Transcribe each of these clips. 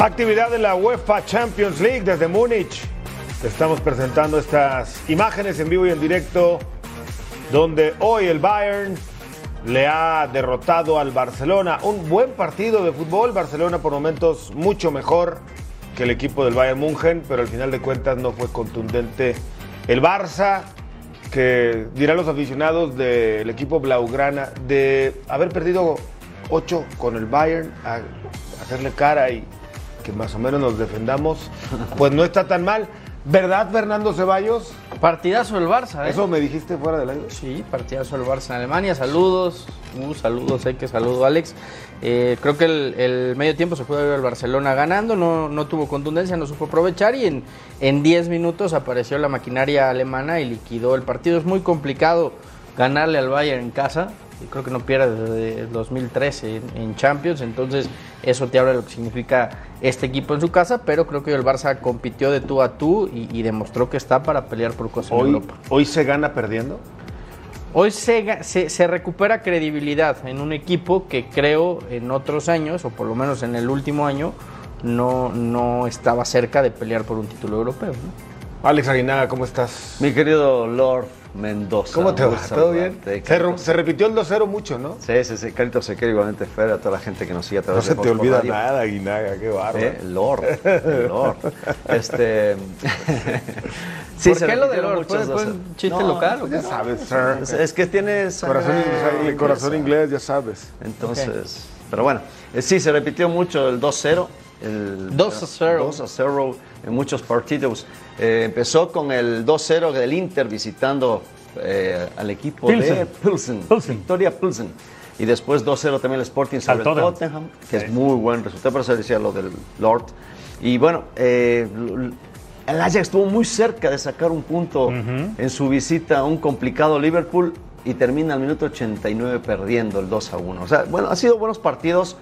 Actividad de la UEFA Champions League desde Múnich. Te Estamos presentando estas imágenes en vivo y en directo donde hoy el Bayern le ha derrotado al Barcelona. Un buen partido de fútbol. Barcelona por momentos mucho mejor que el equipo del Bayern München, pero al final de cuentas no fue contundente el Barça, que dirán los aficionados del equipo Blaugrana de haber perdido 8 con el Bayern, a hacerle cara y que más o menos nos defendamos, pues no está tan mal. ¿Verdad, Fernando Ceballos? Partidazo del Barça, ¿eh? Eso me dijiste fuera del aire. Sí, partidazo del Barça en Alemania. Saludos, uh, saludos, sé que saludo Alex. Eh, creo que el, el medio tiempo se pudo ver al Barcelona ganando, no, no tuvo contundencia, no supo aprovechar y en en 10 minutos apareció la maquinaria alemana y liquidó el partido. Es muy complicado ganarle al Bayern en casa, y creo que no pierde desde el 2013 en, en Champions, entonces eso te habla de lo que significa este equipo en su casa, pero creo que el Barça compitió de tú a tú y, y demostró que está para pelear por cosas en Hoy, Europa. hoy se gana perdiendo. Hoy se, ga- se- se recupera credibilidad en un equipo que creo en otros años, o por lo menos en el último año, no, no estaba cerca de pelear por un título europeo. ¿no? Alex Aguinaga, ¿cómo estás? Mi querido Lord Mendoza. ¿Cómo te un va? ¿Todo bien? saludarte, Se, ru- Carlitos. se repitió el 2-0 mucho, ¿no? Sí, sí, sí. Carlitos Sequeiro, igualmente Fer, a toda la gente que nos sigue a No través se de te Fox olvida Radio. nada, Aguinaga, qué bárbaro. Eh, Lord, el Lord. Este. ¿Por qué lo de repitieron Lord? ¿Fue- muchos fue dos- un chiste local o qué? Ya sabes, sir. Es, es que tienes. Corazón, inglés, el ah. corazón inglés, ya sabes. Entonces. Pero bueno, eh, sí, se repitió mucho el 2-0. El 2-0. 2-0 en muchos partidos. Eh, empezó con el 2-0 del Inter visitando eh, al equipo de Pilsen. Pilsen, Pilsen. Victoria Pilsen. Y después 2-0 también el Sporting sobre el Tottenham. Tottenham, que es muy buen resultado, por eso decía lo del Lord. Y bueno, eh, l- l- el Ajax estuvo muy cerca de sacar un punto en su visita a un complicado Liverpool y termina al minuto 89 perdiendo el 2 a 1. O sea, bueno, han sido buenos partidos.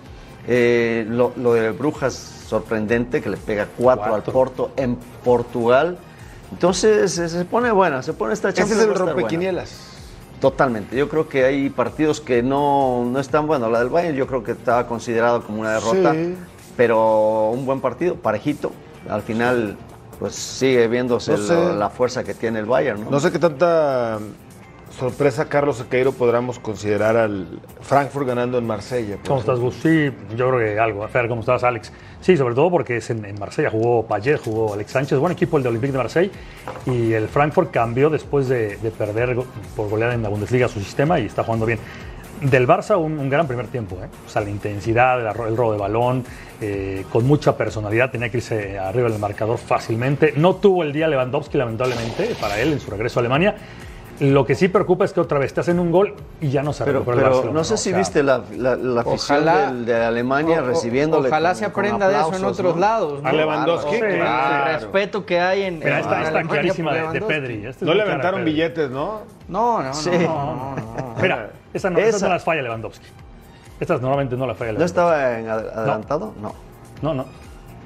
Eh, lo, lo de Brujas sorprendente, que le pega 4 al Porto en Portugal. Entonces eh, se se pone buena, se pone esta Ese chance. es el rompequinielas. Totalmente. Yo creo que hay partidos que no, no están bueno. La del Bayern yo creo que estaba considerado como una derrota, Sí. pero un buen partido, parejito. Al final, pues sigue viéndose No sé. la, la fuerza que tiene el Bayern, ¿no? No sé qué tanta sorpresa Carlos Sequeiro podríamos considerar al Frankfurt ganando en Marsella. por ¿Cómo estás, ejemplo. Gus? Sí, yo creo que algo. Fer, ¿cómo estás, Alex? Sí, sobre todo porque es en, en Marsella jugó Payet, jugó Alex Sánchez, buen equipo el de Olympique de Marsella. Y el Frankfurt cambió después de, de perder go- por goleada en la Bundesliga su sistema y está jugando bien. Del Barça, un, un gran primer tiempo. ¿eh? O sea, la intensidad, el, arro- el robo de balón, eh, con mucha personalidad, tenía que irse arriba del marcador fácilmente. No tuvo el día Lewandowski, lamentablemente, para él en su regreso a Alemania. Lo que sí preocupa es que otra vez te hacen un gol y ya no se pero, recupera el pero Barcelona, no sé o si sea, viste la, la, la afición Ojalá- del- de Alemania O- o- recibiéndole. Ojalá con- se con aprenda de eso en aplausos, otros ¿no? lados. ¿no? A Lewandowski, Claro, claro. El respeto que hay en. Mira, en esta, esta Alemania por clarísima de, de Lewandowski. Pedri. ¿eh? Esta es No muy le clara, aventaron Pedri. billetes, ¿no? No, no, no. Sí. no, no. Mira, esa no, esas Esa. no las falla Lewandowski. Estas normalmente no las falla ¿No Lewandowski. estaba en ad- adelantado? No. No, no.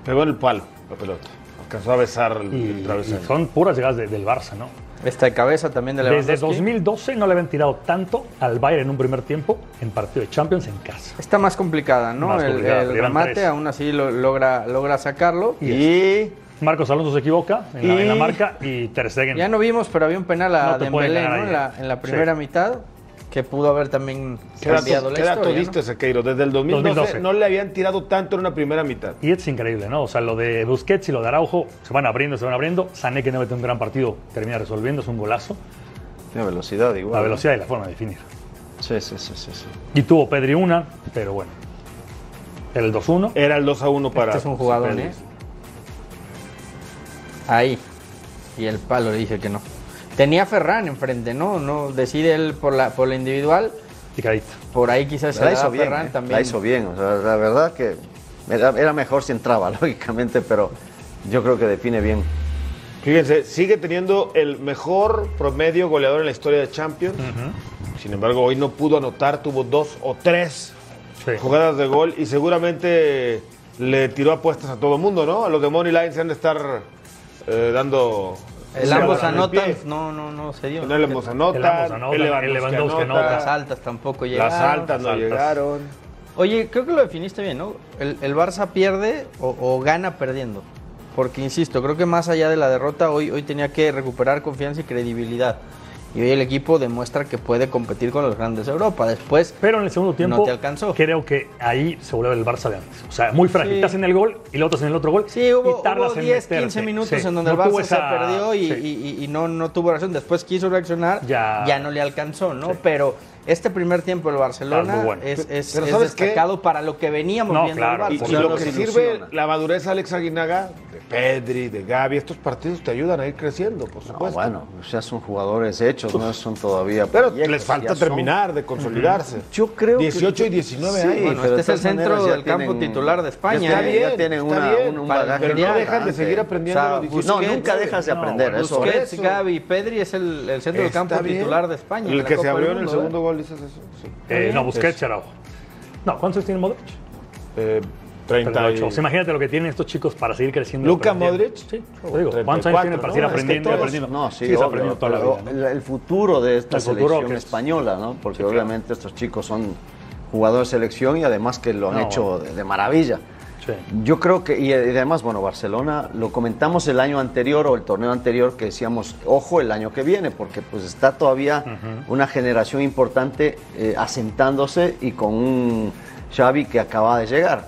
Pegó en el palo la pelota. Alcanzó a besar el, Y, el travesaño. y son puras llegadas de- del Barça, ¿no? Esta de cabeza también de Lewandowski. Desde 2012 no le habían tirado tanto al Bayern en un primer tiempo en partido de Champions en casa. Está más complicada, ¿no? Más el complicada, el pero llevan remate, tres. aún así lo- logra, logra sacarlo. Y, Marcos Alonso se equivoca en, la, en la Y- marca y Ter Stegen. Ya no vimos, pero había un penal a No te puede Dembélé, ganar ¿no? ahí. En la, en la primera Sí. mitad, que pudo haber también ¿Qué dato, cambiado la qué dato historia, diste, ¿no? Sequeiro? Desde el 2012, 2012. no le habían tirado tanto en una primera mitad. Y es increíble, ¿no? O sea, lo de Busquets y lo de Araujo se van abriendo, se van abriendo. Sané que no mete un gran partido, termina resolviendo, es un golazo. la velocidad igual. La ¿no? velocidad y la forma de definir. Sí, sí, sí, sí. sí. Y tuvo Pedri una, pero bueno. Era el 2-1. Eh. Era el 2 a 1 para. Este es un jugador, Pedri. ¿eh? Ahí. Y el palo le dije que no. Tenía a Ferran enfrente, ¿no? No decide él por la, por la individual. Picadita. Por ahí quizás se la La da hizo a bien, Ferran ¿eh? también. la hizo bien. o sea, la verdad que era, era mejor si entraba, lógicamente, pero yo creo que define bien. Fíjense, sigue teniendo el mejor promedio goleador en la historia de Champions. Sin embargo, hoy no pudo anotar, tuvo dos o tres Sí. jugadas de gol y seguramente le tiró apuestas a todo mundo, ¿no? A los de Money Line se han de estar eh, dando. El ambos en anotan. pie. No, no, no se dio. No, el ambos El ambos anotan, anotan, el el Lewandowski Lewandowski anota, Las altas tampoco llegaron. Las altas no altas. llegaron. Oye, creo que lo definiste bien, ¿no? El, el Barça pierde o, o gana perdiendo. Porque, insisto, creo que más allá de la derrota, hoy, hoy tenía que recuperar confianza y credibilidad. Y hoy el equipo demuestra que puede competir con los grandes de Europa. Después, Pero en el segundo tiempo, No te alcanzó. creo que ahí se volvió el Barça de antes. O sea, muy frágil. Sí. Estás en el gol y luego estás en el otro gol. Sí, hubo, y tardas hubo en 10, meterte. 15 minutos Sí, en donde el no Barça tuvo se esa- perdió y, sí. y- y- y no, no tuvo reacción. Después quiso reaccionar, Ya. ya, no le alcanzó, ¿no? Sí. Pero este primer tiempo del Ah, Barcelona muy bueno. es, es- Pero es ¿sabes qué? destacado para lo que veníamos No, viendo claro, del Y, Barça. y Claro lo que que sirve ilusiona. la madurez de Alex Aguinaga, de Pedri, de Gaby, estos partidos te ayudan a ir creciendo, por No, supuesto. bueno, ya son jugadores hechos, no son todavía. Pues, Pero proyectos, les falta ya son- terminar de consolidarse. Yo creo que- 18 y 19 Sí, años. Bueno, este pero de es el todas maneras centro ya del campo tienen- titular de España, Ya, ¿eh? tienen- ya Está tienen bien, una, está un, un bien. bagaje. Pero no grande. dejan de seguir aprendiendo. O sea, los 17. No, nunca dejas de No, aprender, bueno, eso. Busquets, eso. Gaby, Pedri es el, el centro del Está campo bien. titular de España. de El la que se Copa del abrió en el Mundo, ¿eh? segundo gol, dices eso. Sí. Eh, no, Entonces, Pues Busquets, Araujo. No, ¿cuántos tiene Modric? Eh, 38. 38. O sea, imagínate lo que tienen estos chicos para seguir creciendo. y ¿Luca aprendiendo. Modric? Sí, te digo. 34, ¿Cuántos años tienen ¿no? para seguir Es que aprendiendo y todos- aprendiendo? No, sí, se obvio, aprendió toda la pero vida. ¿no? el, el futuro de esta El futuro selección que es- española, ¿no? Porque obviamente estos chicos son jugadores de selección y además que lo han No. hecho de, de maravilla. Sí. Yo creo que, y además, bueno, Barcelona, lo comentamos el año anterior o el torneo anterior que decíamos, ojo el año que viene, porque pues está todavía una generación importante eh, asentándose y con un Xavi que acaba de llegar.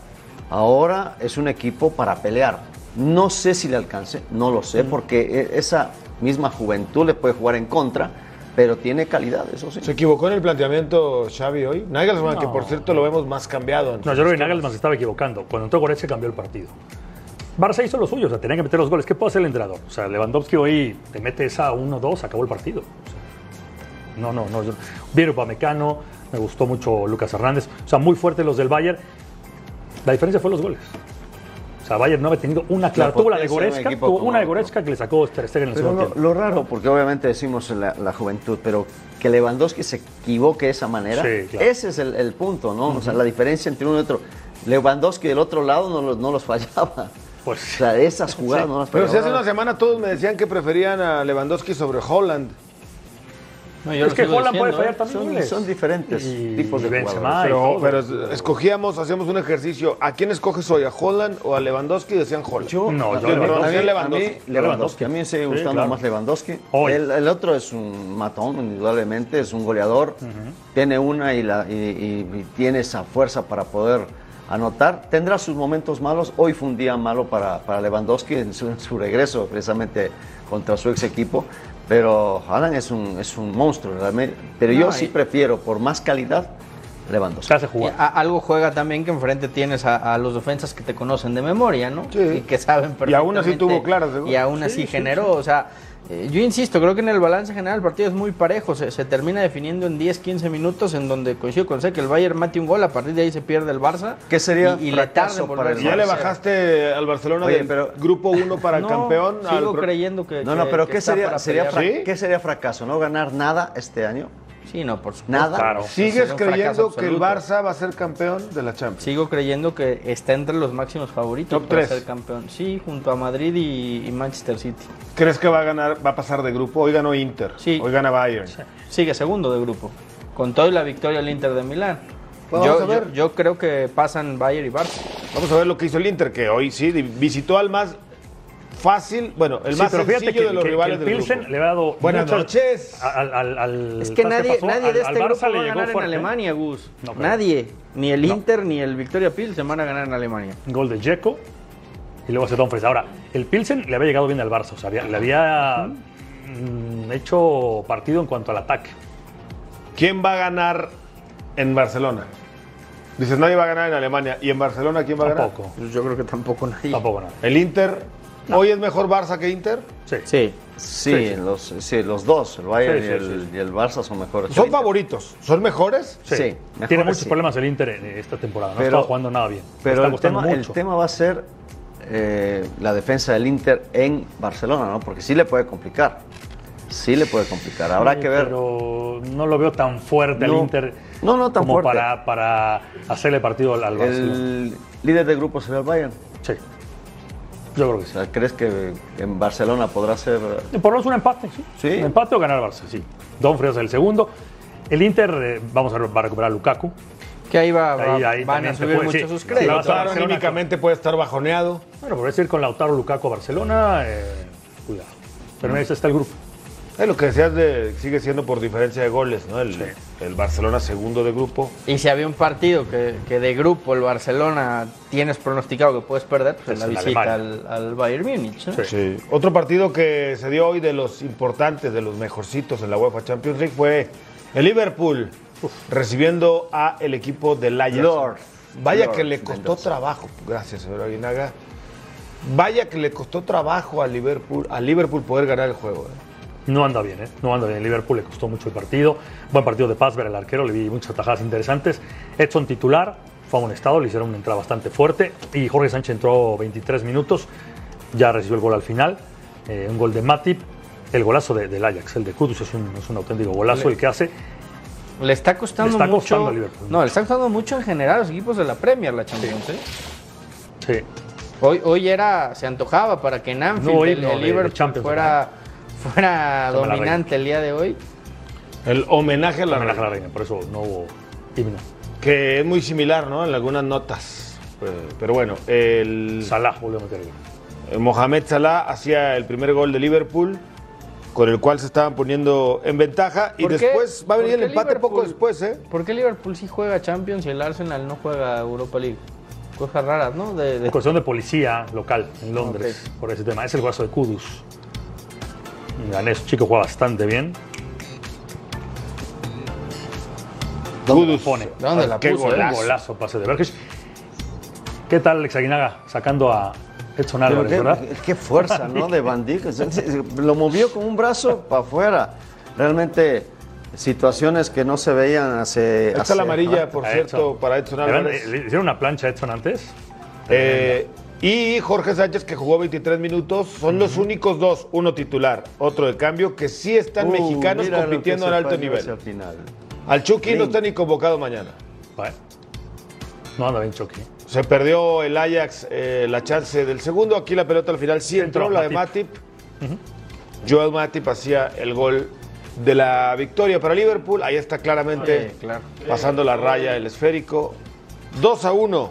Ahora es un equipo para pelear. No sé si le alcance, no lo sé, porque eh, esa misma juventud le puede jugar en contra, pero tiene calidad, eso sí. ¿Se equivocó en el planteamiento Xavi hoy? Nagelsmann, que por No. cierto lo vemos más cambiado. en No, sus yo creo que esquemas. Nagelsmann se estaba equivocando. Cuando entró Goretzka cambió el partido. Barça hizo lo suyo, o sea, tenía que meter los goles. ¿Qué puede hacer el entrenador? O sea, Lewandowski hoy te mete esa 1-2, acabó el partido. O sea, no, no, no. yo- Bien Upamecano, me gustó mucho Lucas Hernández. O sea, muy fuertes los del Bayern. La diferencia fue los goles. O sea, Bayern no había tenido una clara. Tuvo la potencia de de un Goretzka, equipo tuvo como una de otro. Goretzka que le sacó Ter Stegen en el Pero segundo lo, tiempo. lo raro, porque obviamente decimos la, la juventud, pero que Lewandowski se equivoque de esa manera, Sí, claro. ese es el, el punto, ¿no? O sea, la diferencia entre uno y otro. Lewandowski del otro lado no, los- no los fallaba. Pues- o sea, esas jugadas no las Pero fallaba. si hace una semana todos me decían que preferían a Lewandowski sobre Holland. No, yo Es lo que sigo Holland puede diciendo, fallar ¿eh? también son, goles. son diferentes Y tipos de Benzema jugadores. y Pero, todo, pero escogíamos, hacíamos un ejercicio. ¿A quién escoges hoy? ¿A Holland o a Lewandowski? Decían Holland. Yo- No, yo Yo, perdón, Lewandowski. decían A mí, Lewandowski. Lewandowski. A mí me sigue Sí, gustando claro. más Lewandowski. Hoy. El, el otro es un matón, indudablemente, es un goleador. Tiene una y, la, y- y- y tiene esa fuerza para poder anotar. Tendrá sus momentos malos. Hoy fue un día malo para, para Lewandowski en su, en su regreso, precisamente contra su ex equipo. Pero Alan es un, es un monstruo, realmente. Pero yo No, sí y- prefiero, por más calidad, Lewandowski. Se hace Y jugar. a- algo juega también que enfrente tienes a, a los defensas que te conocen de memoria, ¿no? Sí. Y que saben perfectamente. Y aún así tuvo claras de gol. Y aún así generó. O sea, eh, yo insisto, creo que en el balance general el partido es muy parejo. Se, se termina definiendo en 10, 15 minutos, en donde coincido con sé que el Bayern mate un gol. A partir de ahí se pierde el Barça. ¿Qué sería Y, y le tarda fracaso en volver para a el Ya le aparecer. bajaste al Barcelona Oye, del pero- grupo 1 para No, campeón. al Sigo pro- creyendo que. No, no, que- pero que ¿qué está sería, para sería pelear. ¿Sí? fra- ¿qué sería fracaso? ¿No ganar nada este año? Sí, no, por supuesto. Nada. Claro. ¿Sigues Sería un creyendo fracaso que el absoluto. Barça va a ser campeón de la Champions? Sigo creyendo que está entre los máximos favoritos Top para tres. ser campeón. Sí, junto a Madrid y, y Manchester City. ¿Crees que va a ganar, va a pasar de grupo? Hoy ganó Inter, Sí. hoy gana Bayern. Sigue segundo de grupo. Con todo y la victoria del Inter de Milán. Vamos yo, a ver. yo- yo creo que pasan Bayern y Barça. Vamos a ver lo que hizo el Inter, que hoy sí di- visitó al más fácil, bueno, el Sí, más pero fíjate sencillo que- de los que- que rivales el del Pilsen grupo. le ha dado Buenas muchas- noches. Al, al- al- Es que ¿sabes qué nadie, pasó? nadie de Al- al este Barça grupo va le a llegó ganar en fuerte. Alemania, Gus. No, pero- nadie. Ni el Inter ni el Victoria Pilsen van a ganar en Alemania. Gol de Jeco y luego hace Dumfries. Ahora, el Pilsen le había llegado bien al Barça, o sea, había- le había mm, hecho partido en cuanto al ataque. ¿Quién va a ganar en Barcelona? Dices, nadie va a ganar en Alemania. ¿Y en Barcelona quién va a ganar? Tampoco, Pues Yo creo que tampoco nadie. tampoco nada. ¿El Inter? ¿Hoy es mejor Barça que Inter? Sí. Sí. Sí, Sí, sí. Los, sí, los dos, el Bayern Sí, y, sí, el, y el Barça son Son mejores. que el Inter. favoritos, son mejores. Sí, Tiene mejor muchos sí. problemas el Inter en esta temporada, no Pero- estaba jugando nada bien. Le Pero está el costando tema, el mucho. tema va a ser eh, la defensa del Inter en Barcelona, ¿no? Porque sí le puede complicar. Sí le puede complicar. Habrá Sí, que ver. Pero no lo veo tan fuerte al No. Inter. No, no tan como fuerte. Para, para hacerle partido al, al Barcelona. el líder de grupo será el Bayern. Sí. Yo creo que O sí. sea, ¿crees que en Barcelona podrá ser Eh, Por lo menos un empate, sí. Sí. Un empate o ganar el Barça, sí. Dumfries el segundo. El Inter, eh, vamos a ver, va a recuperar a Lukaku. Que ahí, va, Ahí- va- ahí van a también te subir puede- mucho sí. sus Sí, créditos. vas a- Lautaro anímicamente puede estar bajoneado. Bueno, por decir con Lautaro Lukaku a Barcelona, eh, cuidado. Pero ahí está el grupo. Es lo que decías de sigue siendo por diferencia de goles, ¿no? El, el Barcelona segundo de grupo. Y si había un partido que, que de grupo el Barcelona tienes pronosticado que puedes perder, pues Es es la en visita Alemania. al, al Bayern Múnich. ¿no? Sí. Sí. Otro partido que se dio hoy de los importantes, de los mejorcitos en la UEFA Champions League fue el Liverpool recibiendo a el equipo del Ajax. Lord, Vaya Lord que le costó Mendoza. trabajo. Gracias, señor Aguinaga. Vaya que le costó trabajo al Liverpool, al Liverpool poder ganar el juego. ¿eh? No anda bien, ¿eh? No anda bien. El Liverpool le costó mucho el partido. Buen partido de Pazver, el arquero. Le vi muchas tajadas interesantes. Edson titular, fue amonestado. Le hicieron una entrada bastante fuerte. Y Jorge Sánchez entró 23 minutos. Ya recibió el gol al final. eh, un gol de Matip. El golazo de- del Ajax, el de Kudus, es un, es un auténtico golazo el que hace. Le está costando Le está mucho. costando al Liverpool. No, le está costando mucho en general a los equipos de la Premier, la Champions. ¿eh? Sí, Hoy, hoy era, se antojaba para que en Anfield hoy el, no, el de- de Liverpool Champions, fuera, fuera Toma la dominante el día de hoy. El homenaje a la, homenaje a la reina, reina. Por eso no hubo himno. que es muy similar, ¿no? En algunas notas. Pero, pero bueno, el Salah volvió a meter el gol. Eh, Mohamed Salah hacía el primer gol de Liverpool, con el cual se estaban poniendo en ventaja. Y ¿Por qué? después va a venir ¿Por el qué empate poco Liverpool? después, ¿eh? ¿Por qué Liverpool sí juega Champions y el Arsenal no juega Europa League? Cosas raras, ¿no? De, de- Es cuestión de policía local en Londres por ese tema. Es el golazo de Kudus. Ganés, chico, juega bastante bien. ¿Dónde la pone? Ah, ¿Dónde la Qué puso, eh? golazo. Golazo, pase de Berges. ¿Qué tal Alex Aguinaga sacando a Edson Pero eh, Álvarez, verdad? qué, qué fuerza, ¿no? De Van Dijk. O sea, se- se- Lo movió con un brazo para afuera. Realmente, situaciones que no se veían hace. Esta hace- es la amarilla, por A cierto, para Edson Le van- Álvarez. ¿Le hicieron una plancha a Edson antes? Eh, y Jorge Sánchez, que jugó 23 minutos, son los únicos dos, uno titular, otro de cambio, que sí están Uh, mexicanos mira lo que compitiendo en se alto pasó nivel. hacia el final. Al Chucky no Link. está ni convocado mañana. Bueno, No anda bien Chucky. Se perdió el Ajax eh, la chance del segundo. Aquí la pelota al final sí entró, Entró la de Matip. Matip. Joel Matip hacía el gol de la victoria para Liverpool. Ahí está claramente Sí, claro. pasando la raya el esférico. 2 a 1.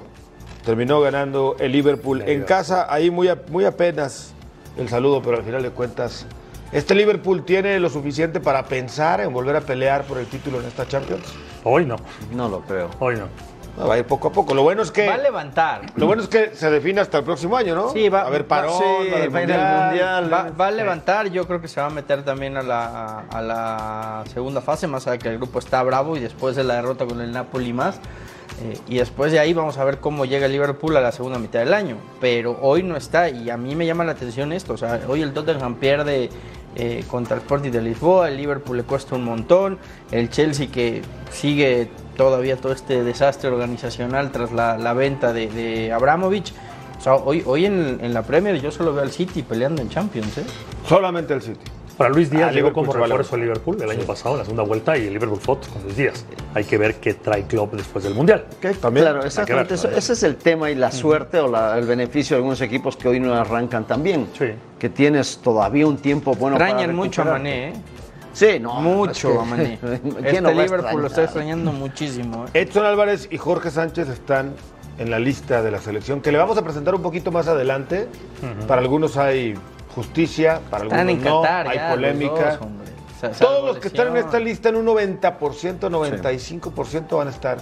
Terminó ganando el Liverpool en casa. Ahí muy, a- muy apenas el saludo, pero al final de cuentas. ¿Este Liverpool tiene lo suficiente para pensar en volver a pelear por el título en esta Champions? Hoy no, No lo creo. hoy no. No, va a ir poco a poco. Lo bueno es que. Va a levantar. Lo bueno es que se define hasta el próximo año, ¿no? Sí, va- a ver, va- parón, sí, va a haber va a ir mundial. al eh. Mundial. Va, va a levantar, yo creo que se va a meter también a la, a la segunda fase, más allá que el grupo está bravo y después de la derrota con el Napoli más. eh, y después de ahí vamos a ver cómo llega el Liverpool a la segunda mitad del año. Pero hoy no está y a mí me llama la atención esto. O sea, hoy el Tottenham pierde eh, contra el Sporting de Lisboa, el Liverpool le cuesta un montón, el Chelsea que sigue todavía todo este desastre organizacional tras la, la venta de, de Abramovich. O sea, hoy, hoy en, en la Premier yo solo veo al City peleando en Champions, ¿eh? Solamente el City. Para Luis Díaz Ah, llegó Liverpool como se va a refuerzo a Liverpool el año pasado, en la segunda vuelta, y el Liverpool Fox con Luis Díaz. Hay que ver qué trae Klopp después del Mundial. Que- También claro, hay que ver, exactamente. eso- también. ese es el tema y la suerte o la- el beneficio de algunos equipos que hoy no arrancan tan bien. Sí. Que tienes todavía un tiempo bueno para Extrañan mucho a recuperarte. Mané, ¿eh? Sí, no. mucho es que- a Mané. ¿quién Este no va a Liverpool lo está extrañar? extrañando muchísimo, ¿eh? Edson Álvarez y Jorge Sánchez están en la lista de la selección, que le vamos a presentar un poquito más adelante. Para algunos hay justicia, para Están en algunos no, Qatar, hay ya, los polémica. dos, hombre. Sa- Todos salvo los que están en lesión. esta lista en un 90%, 95% van a estar.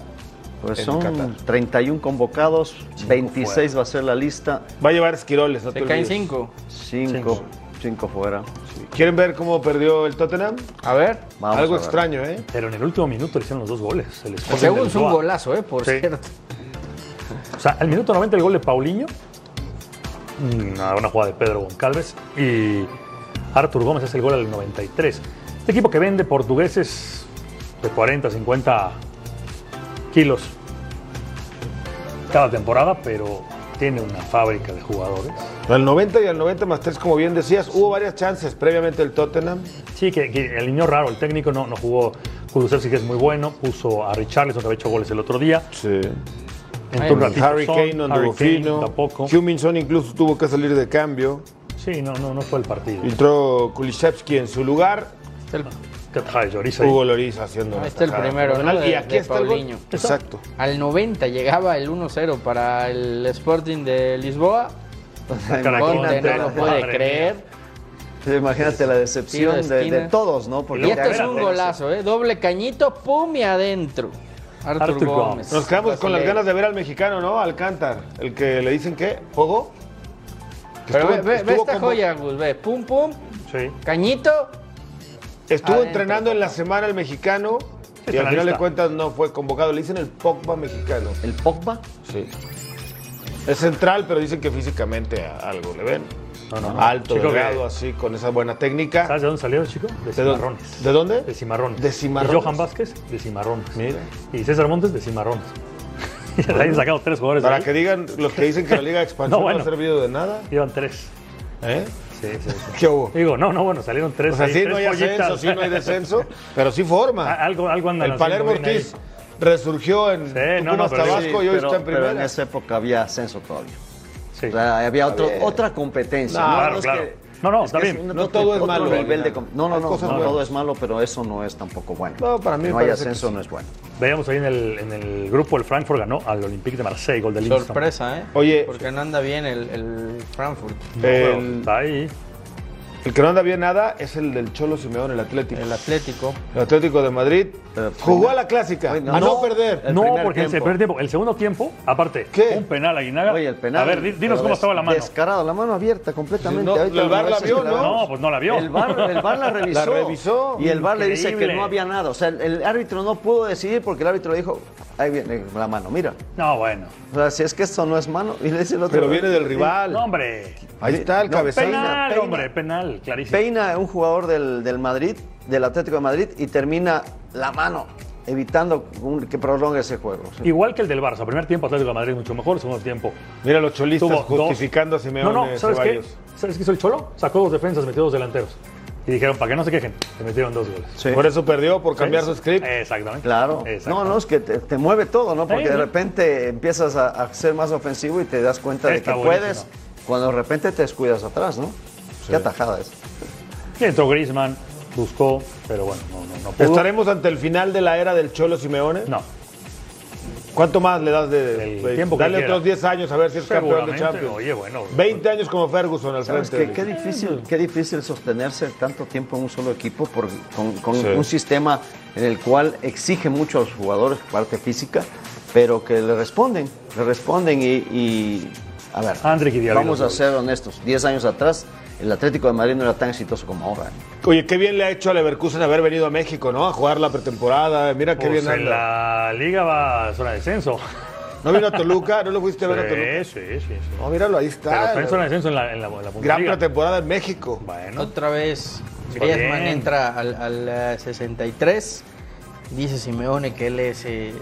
Pues en son Qatar. 31 convocados, 26 va a ser la lista, Va a llevar esquiroles, no te Se caen olvides. cinco. 5 fuera. ¿Quieren ver cómo perdió el Tottenham? A ver. Vamos Algo a ver. extraño, ¿eh? Pero en el último minuto le hicieron los dos goles. Pues El Sporting de Según es un Lisboa. golazo, ¿eh? Por Sí. cierto. O sea, al minuto 90 el gol de Paulinho. Una, una jugada de Pedro Goncalves. Y Artur Gómez hace el gol al 93. Este equipo que vende portugueses de 40, 50 kilos cada temporada, pero tiene una fábrica de jugadores. Al 90 y al 90 más 3, como bien decías, hubo varias chances previamente el Tottenham. Sí, que, que el niño raro, el técnico no, no jugó. Kulusevski, que es muy bueno, puso a Richarlison, que había hecho goles el otro día. Sí. Entró un Ay, ratito Harry Son, Kane no Harry anduvo Kane fino. Tampoco. Huminson incluso tuvo que salir de cambio. Sí, no, no, no fue el partido. Entró Kulishevsky en su lugar. Está el Te traes, Lloris, ahí. Hugo Loris haciendo. Ahí una está el tajada primero, fenomenal. ¿no? De- Y aquí de está el gol. Paulinho. Exacto. Al 90 llegaba el 1-0 para el Sporting de Lisboa. Caracol, Conde no lo madre puede mía. creer. Imagínate la decepción Tiro de de, de esquina. todos, ¿no? Porque Y este es era- un golazo, ¿eh? Doble cañito, pum y adentro. Arthur, Arthur Gómez. Gómez. Nos quedamos con las Brasileño. ganas de ver al mexicano, ¿no? Alcántar, el que le dicen que jugó. Que Pero ve, estuvo- ve- ve estuvo esta como- joya, Gus, ve. Pum, pum, Sí. cañito. Estuvo Adentro, entrenando en la semana el mexicano y está en al la final de lista. cuentas no fue convocado. Le dicen el Pogba mexicano. ¿El Pogba? Sí. Es central, pero dicen que físicamente a- algo le ven. No, no, no. Alto, Chico que- delgado, así, con esa buena técnica. ¿Sabes de dónde salieron, chico? De ¿De dónde? Cimarrones. ¿De dónde? De Cimarrones. De Cimarrones. Y Johan Vázquez, de Cimarrones. Mira. Y César Montes, de Cimarrones. Y le han sacado tres jugadores. Para ahí. que digan los que dicen que la Liga de Expansión no, No, bueno. ha servido de nada. Iban tres. ¿Eh? Sí, sí, sí. ¿Qué hubo? Digo, no, no, bueno, salieron tres. O sea, ahí, sí tres no hay pollitas. ascenso, sí no hay descenso, pero sí forma. A- algo- algo andan El Palermo haciendo bien Ortiz resurgió en Sí, no, Tucumán, no, pero sí, Tabasco y hoy pero, está en pero primera. en esa época había ascenso todavía. Sí. O sea, había otro- bien. otra competencia. No, claro, es claro. No, no, es que está es bien. un- No otro- todo es otro malo, nivel de Aguilar. com- no, no, Hay no, cosas no buenas. todo es malo, pero eso no es tampoco bueno. No, para mí Que no me hay parece que ascenso, sí. no es bueno. Veíamos ahí en el, en el grupo, el Frankfurt ganó al Olympique de Marsella, gol de Livingston. Sorpresa, ¿eh? Oye. Porque no anda bien el, el Frankfurt. El- Está ahí. el que no anda bien nada es el del Cholo Simeón, el Atlético. El El, Atlético. Atlético de Madrid Eh, jugó primer- a la clásica, Ay, no. a no No. perder. El no, primer porque tiempo. el primer tiempo, el segundo tiempo, aparte, ¿Qué? un penal Aguinaga. Oye, el penal. A ver, di- pero dinos cómo estaba la mano. Descarado, la mano abierta completamente. No, Ahorita el VAR no la sé si vio, ¿no? No, pues no la vio. El VAR, el VAR la revisó. La revisó. Y el VAR le dice que Increíble. no había nada. O sea, el, el árbitro no pudo decidir porque el árbitro le dijo, ahí viene la mano, mira. No, bueno. O sea, si es que esto no es mano. Y le dice el otro. Pero viene del rival. No, hombre. Ahí está el No, cabezazo. Penal, peina. hombre, penal, clarísimo. Peina a un jugador del, del Madrid, del Atlético de Madrid, y termina la mano, evitando un- que prolongue ese juego. Igual que el del Barça, primer tiempo Atlético de Madrid mucho mejor, segundo tiempo. Mira los cholistas Tuvo dos- justificando a Simeón. No, no, eh, ¿sabes qué? Ceballos. ¿Sabes qué hizo el Cholo? Sacó dos defensas, metió dos delanteros. Y dijeron, para que no se quejen, le metieron dos goles. Sí. Por eso perdió, por cambiar su script. Exactamente. Claro. No, Exactamente. no, es que te, te mueve todo, ¿no? Porque Sí, de sí. repente empiezas a, a ser más ofensivo y te das cuenta Está de que buenísimo. puedes cuando de repente te descuidas atrás, ¿no? Qué atajada es. Y entró Griezmann, buscó, pero bueno, no, no, no pudo. ¿Estaremos ante el final de la era del Cholo Simeone? No, ¿Cuánto más le das de, El de- tiempo que Dale quiera. otros 10 años a ver si es campeón de seguramente. Champions. Oye, bueno. 20 años como Ferguson al ¿Sabes frente. qué? Qué difícil, qué difícil sostenerse tanto tiempo en un solo equipo por- con, con Sí. un sistema en el cual exige mucho a los jugadores, parte física, pero que le responden, le responden y, y- a ver, Andriy Guidiaby vamos a los ser honestos, 10 años atrás el Atlético de Madrid no era tan exitoso como ahora. Oye, qué bien le ha hecho a Leverkusen haber venido a México, ¿no? A jugar la pretemporada. Mira qué Pues bien en anda. la liga va a zona de descenso. ¿No vino a Toluca? ¿No lo fuiste a ver a Toluca? Sí, sí, sí. sí. No, míralo, ahí Pero está. está en zona de descenso en la, en la, en la Gran Bundesliga. pretemporada en México. Bueno, Otra vez Está Griezmann bien. entra al, al, eh, 63. Dice Simeone que él es eh,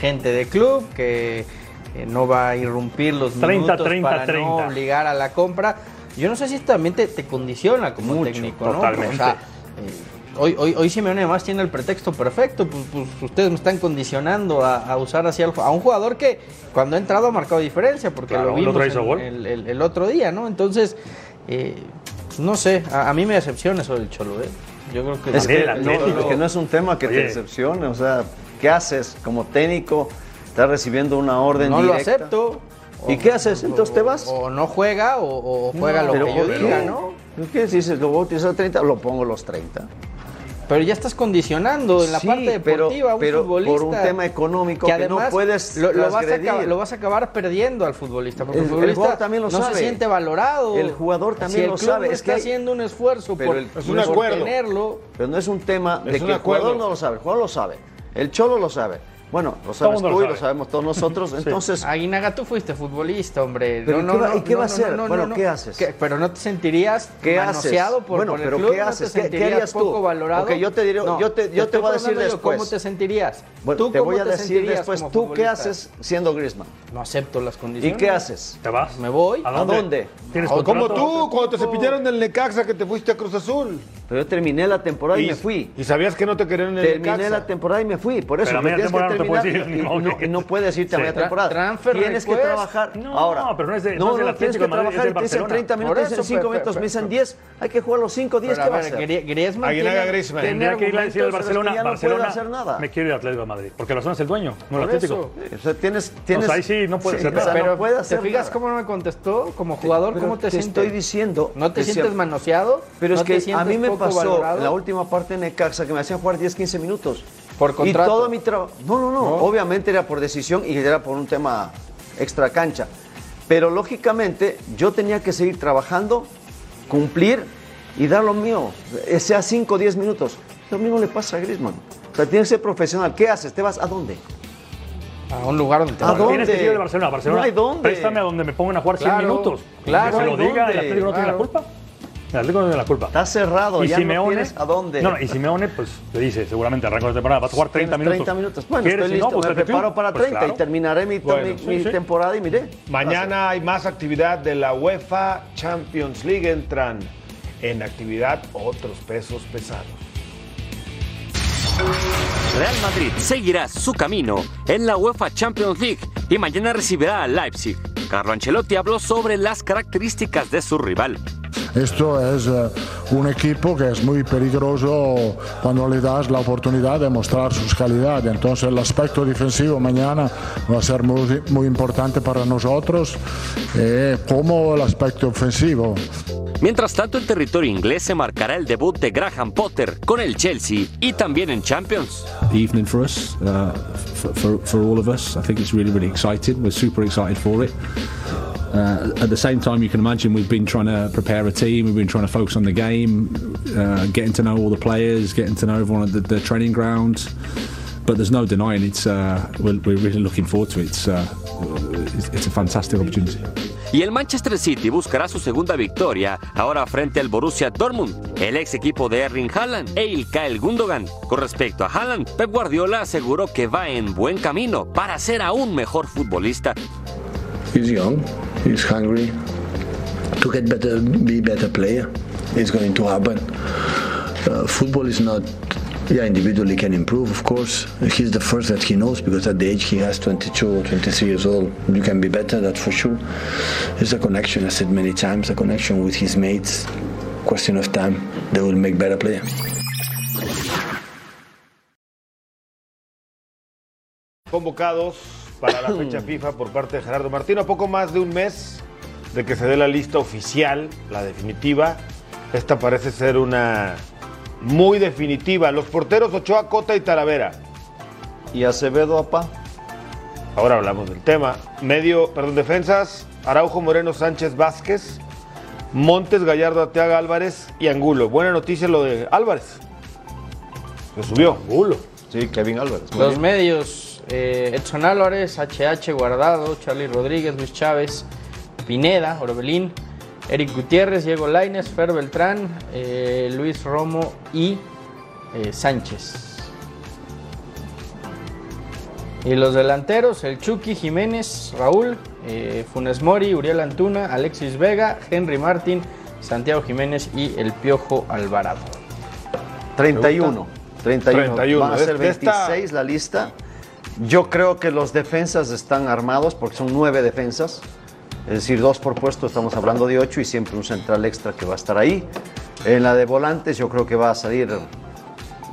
gente de club, que eh, no va a irrumpir los 30, minutos 30, para 30. no obligar a la compra. Yo no sé si también te, te condiciona como Mucho, técnico, ¿no? totalmente. O sea, eh, hoy, hoy, hoy Simeone además tiene el pretexto perfecto, pues, pues, ustedes me están condicionando a, a usar así al ju- a un jugador que cuando ha entrado ha marcado diferencia, porque lo Claro, el vimos otro hizo en- gol. en- el, el- el otro día, ¿no? Entonces, eh, no sé, a, a mí me decepciona eso del Cholo, ¿eh? Yo creo que... Es que, el no, Atlético. es que no es un tema que Oye. te decepcione, o sea, ¿qué haces como técnico? Estás recibiendo una orden no lo directa. acepto. ¿Y O- qué haces? Entonces te vas. O, o no juega, o, o juega lo Pero que yo ¿por diga, qué? ¿no? ¿Qué dices? ¿Lo voy a utilizar 30? Lo pongo los 30. Pero ya estás condicionando en la Sí, parte pero- deportiva a un pero futbolista. por un tema económico que no puedes lo, lo vas a transgredir. acabar, lo vas a acabar perdiendo al futbolista. Porque El- el, el futbolista jugador también lo no sabe. se siente valorado. El jugador también Si el lo club sabe, no es está que hay- haciendo un esfuerzo Pero por, el- es un por acuerdo. tenerlo. Pero no es un tema Es de un que el acuerdo. jugador no lo sabe, el jugador lo sabe. El Cholo lo sabe. Bueno, lo sabes mundo tú lo y lo sabe. sabemos todos nosotros. Entonces, Aguinaga, tú fuiste futbolista, hombre. Pero No, no, ¿y qué va- no, y qué va a no, hacer? no, no, Bueno, no. ¿qué haces? ¿Qué- pero no te sentirías ¿qué haces? manoseado por, bueno, por el pero club, ¿qué no te haces? ¿Qué- ¿Qué, sentirías harías tú? poco valorado. Ok, yo te diré, No, yo te, yo te estoy voy a decir preguntando yo, después. ¿Cómo te sentirías? Bueno, ¿Tú te cómo voy a te decir sentirías después como tú qué futbolista? haces siendo Griezmann. No acepto las ¿Y condiciones. qué haces? ¿te vas? Me voy. ¿A dónde? ¿Tienes Como contrato? tú, cuando te cepillaron del Necaxa que te fuiste a Cruz Azul. Pero yo terminé la temporada y, Pues me fui. ¿Y sabías que no te querían en el Terminé Necaxa? la temporada y me fui. Por eso, Pero a media porque temporada no te puedes ir, y ni modo no, que- y no puedes irte Sí. a media Tra- temporada. transfer tienes que request. trabajar No, ahora. pero no es de- no No, es del no, tienes Atlético de que Madrid, trabajar. y es del te dicen Barcelona. 30 Por minutos, te eso, dicen 5 pero- minutos, pero- me dicen 10. Hay que jugar los 5, 10. Pero ¿Qué a vas a ver, hacer? Grie- Griezmann Aguinaga tiene- Griezmann. tiene Tendría que ir a decir al argumentos, es Barcelona, que ya no puede Barcelona, hacer nada. me quiero ir al Atlético de Madrid, porque el Barcelona es el dueño, no el Por Atlético. eso. O sea, tienes, tienes- ahí sí no puedes hacer o sea, nada. no Pero puedes hacer ¿Te fijas nada. cómo no me contestó? Como jugador, Pero ¿cómo te, sientes? estoy diciendo. ¿No te que si- sientes manoseado? Pero ¿No es te que a sientes mí me poco pasó valorado? la última parte en Necaxa que me hacían jugar 10, 15 minutos. Por contrato. Y todo mi trabajo. No, no, no, Obviamente era por decisión y era por un tema extra cancha. Pero lógicamente yo tenía que seguir trabajando, cumplir y dar lo mío. eh, Sea 5, 10 minutos. Lo mismo le pasa a Griezmann. O sea, tienes que ser profesional. ¿Qué haces? ¿Te vas a dónde? A un lugar donde te ¿A valore. dónde? Tienes que ir al Barcelona, Barcelona. No hay dónde. Préstame a donde me pongan a jugar 100 Claro, minutos. claro, Que se no lo hay diga, el dónde. Atlético no tiene la Claro. culpa. El Atlético no tiene la culpa. Está cerrado, y ya no Simeone, tienes a dónde. No, no, y Simeone, pues te dice, seguramente arranco la temporada, vas a jugar 30 Tienes minutos. 30 minutos. Bueno, ¿Quieres? estoy Si no, listo. pues, me vete tú. preparo para Pues 30 y claro. terminaré mi, Bueno, mi- sí, mi sí. temporada y miré. Mañana hay más actividad de la UEFA Champions League. Entran en actividad otros pesos pesados. Real Madrid seguirá su camino en la UEFA Champions League y mañana recibirá a Leipzig. Carlo Ancelotti habló sobre las características de su rival. Esto es eh, un equipo que es muy peligroso cuando le das la oportunidad de mostrar sus calidades. Entonces el aspecto defensivo mañana va a ser muy, muy importante para nosotros, eh, como el aspecto ofensivo. Mientras tanto, en territorio inglés se marcará el debut de Graham Potter con el Chelsea y también en Champions. evening for us, uh, for, for, for all of us. I think it's really, really exciting. We're super excited for it. Uh, at the same time, you can imagine we've been trying to prepare a team, we've been trying to focus on the game, uh, getting to know all the players, getting to know everyone at the, the training ground. But there's no denying it's uh, we're, we're really looking forward to it. It's, uh, it's, it's a fantastic opportunity. Y el Manchester City buscará su segunda victoria ahora frente al Borussia Dortmund, el ex equipo de Erling Haaland e Ilkay Gundogan. Con respecto a Haaland, Pep Guardiola aseguró que va en buen camino para ser aún mejor futbolista. He's young, he's hungry. To get better, be better player, it's going to happen. Uh, football is not. Yeah, individually can improve, of course. He's the first that he knows because at the age he has, 22 or 23 years old, you can be better, that's for sure. It's a connection. I said many times, a connection with his mates. Question of time, they will make better player. Convocados para la fecha FIFA por parte de Gerardo Martino. A poco más de un mes de que se dé la lista oficial, la definitiva. Esta parece ser una muy definitiva. Los porteros Ochoa, Cota y Talavera. Y Acevedo, apá. Ahora hablamos del tema. Medio, perdón, defensas, Araujo Moreno Sánchez Vázquez, Montes Gallardo Ateaga Álvarez y Angulo. Buena noticia lo de Álvarez. Lo subió. Angulo. Sí, Kevin Álvarez. Los medios, eh, Edson Álvarez, HH Guardado, Charlie Rodríguez, Luis Chávez, Pineda, Orbelín, Eric Gutiérrez, Diego Laines, Fer Beltrán, eh, Luis Romo y eh, Sánchez. Y los delanteros, el Chucky Jiménez, Raúl, eh, Funes Mori, Uriel Antuna, Alexis Vega, Henry Martín, Santiago Jiménez y el Piojo Alvarado. 31. 31. 31. Van a ser De esta- 26 la lista. Yo creo que los defensas están armados porque son nueve defensas. Es decir, dos por puesto, estamos hablando de ocho y siempre un central extra que va a estar ahí. En la de volantes yo creo que va a salir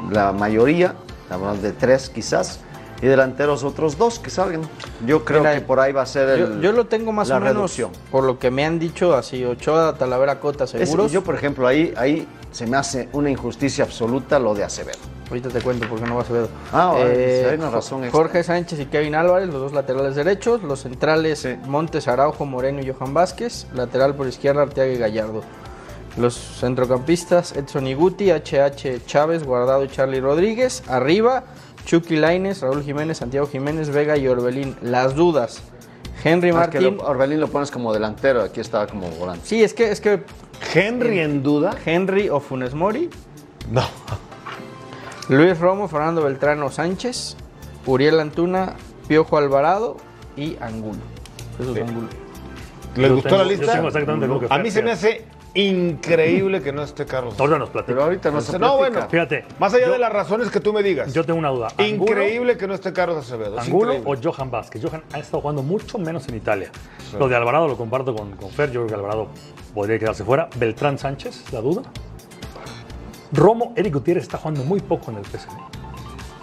la mayoría, hablamos de tres quizás. Y delanteros otros dos que salgan. Yo creo Mira, que por ahí va a ser Yo, el, yo lo tengo más la o menos reducción. por lo que me han dicho así, Ochoa, Talavera, Cota, Es- seguros. yo, por ejemplo, ahí, ahí se me hace una injusticia absoluta lo de Acevedo. Ahorita te cuento porque no vas a ver. Eh, Ah, ahora, sí, hay una razón extra. Jorge Sánchez y Kevin Álvarez, los dos laterales derechos, los centrales Sí. Montes, Araujo, Moreno y Johan Vázquez, lateral por izquierda Arteaga y Gallardo. Los centrocampistas Edson Iguti, HH Chávez, Guardado y Charlie Rodríguez, arriba Chucky Laines, Raúl Jiménez, Santiago Jiménez, Vega y Orbelín. Las dudas. Henry Ah, es que Martín. lo- Orbelín lo pones como delantero, aquí estaba como volante. Sí, es que es que Henry en duda. Henry o Funes Mori, No. Luis Romo, Fernando Beltrano Sánchez, Uriel Antuna, Piojo Alvarado y Angulo. Jesús Angulo. ¿Les Yo gustó tengo- la lista? yo tengo exactamente lo que a Fer, mí se me fíjate. hace increíble que no esté Carlos. Ahora nos platica. Pero ahorita no se No, platica. bueno. Fíjate. Más allá yo- de las razones que tú me digas. Yo tengo una duda. ¿Angulo- increíble que no esté Carlos Acevedo. es ¿Angulo increíble. o Johan Vázquez? Johan ha estado jugando mucho menos en Italia. Lo de Alvarado lo comparto con, con Fer. Yo creo que Alvarado podría quedarse fuera. Beltrán Sánchez, la duda. Romo, Eric Gutiérrez está jugando muy poco en el PSV.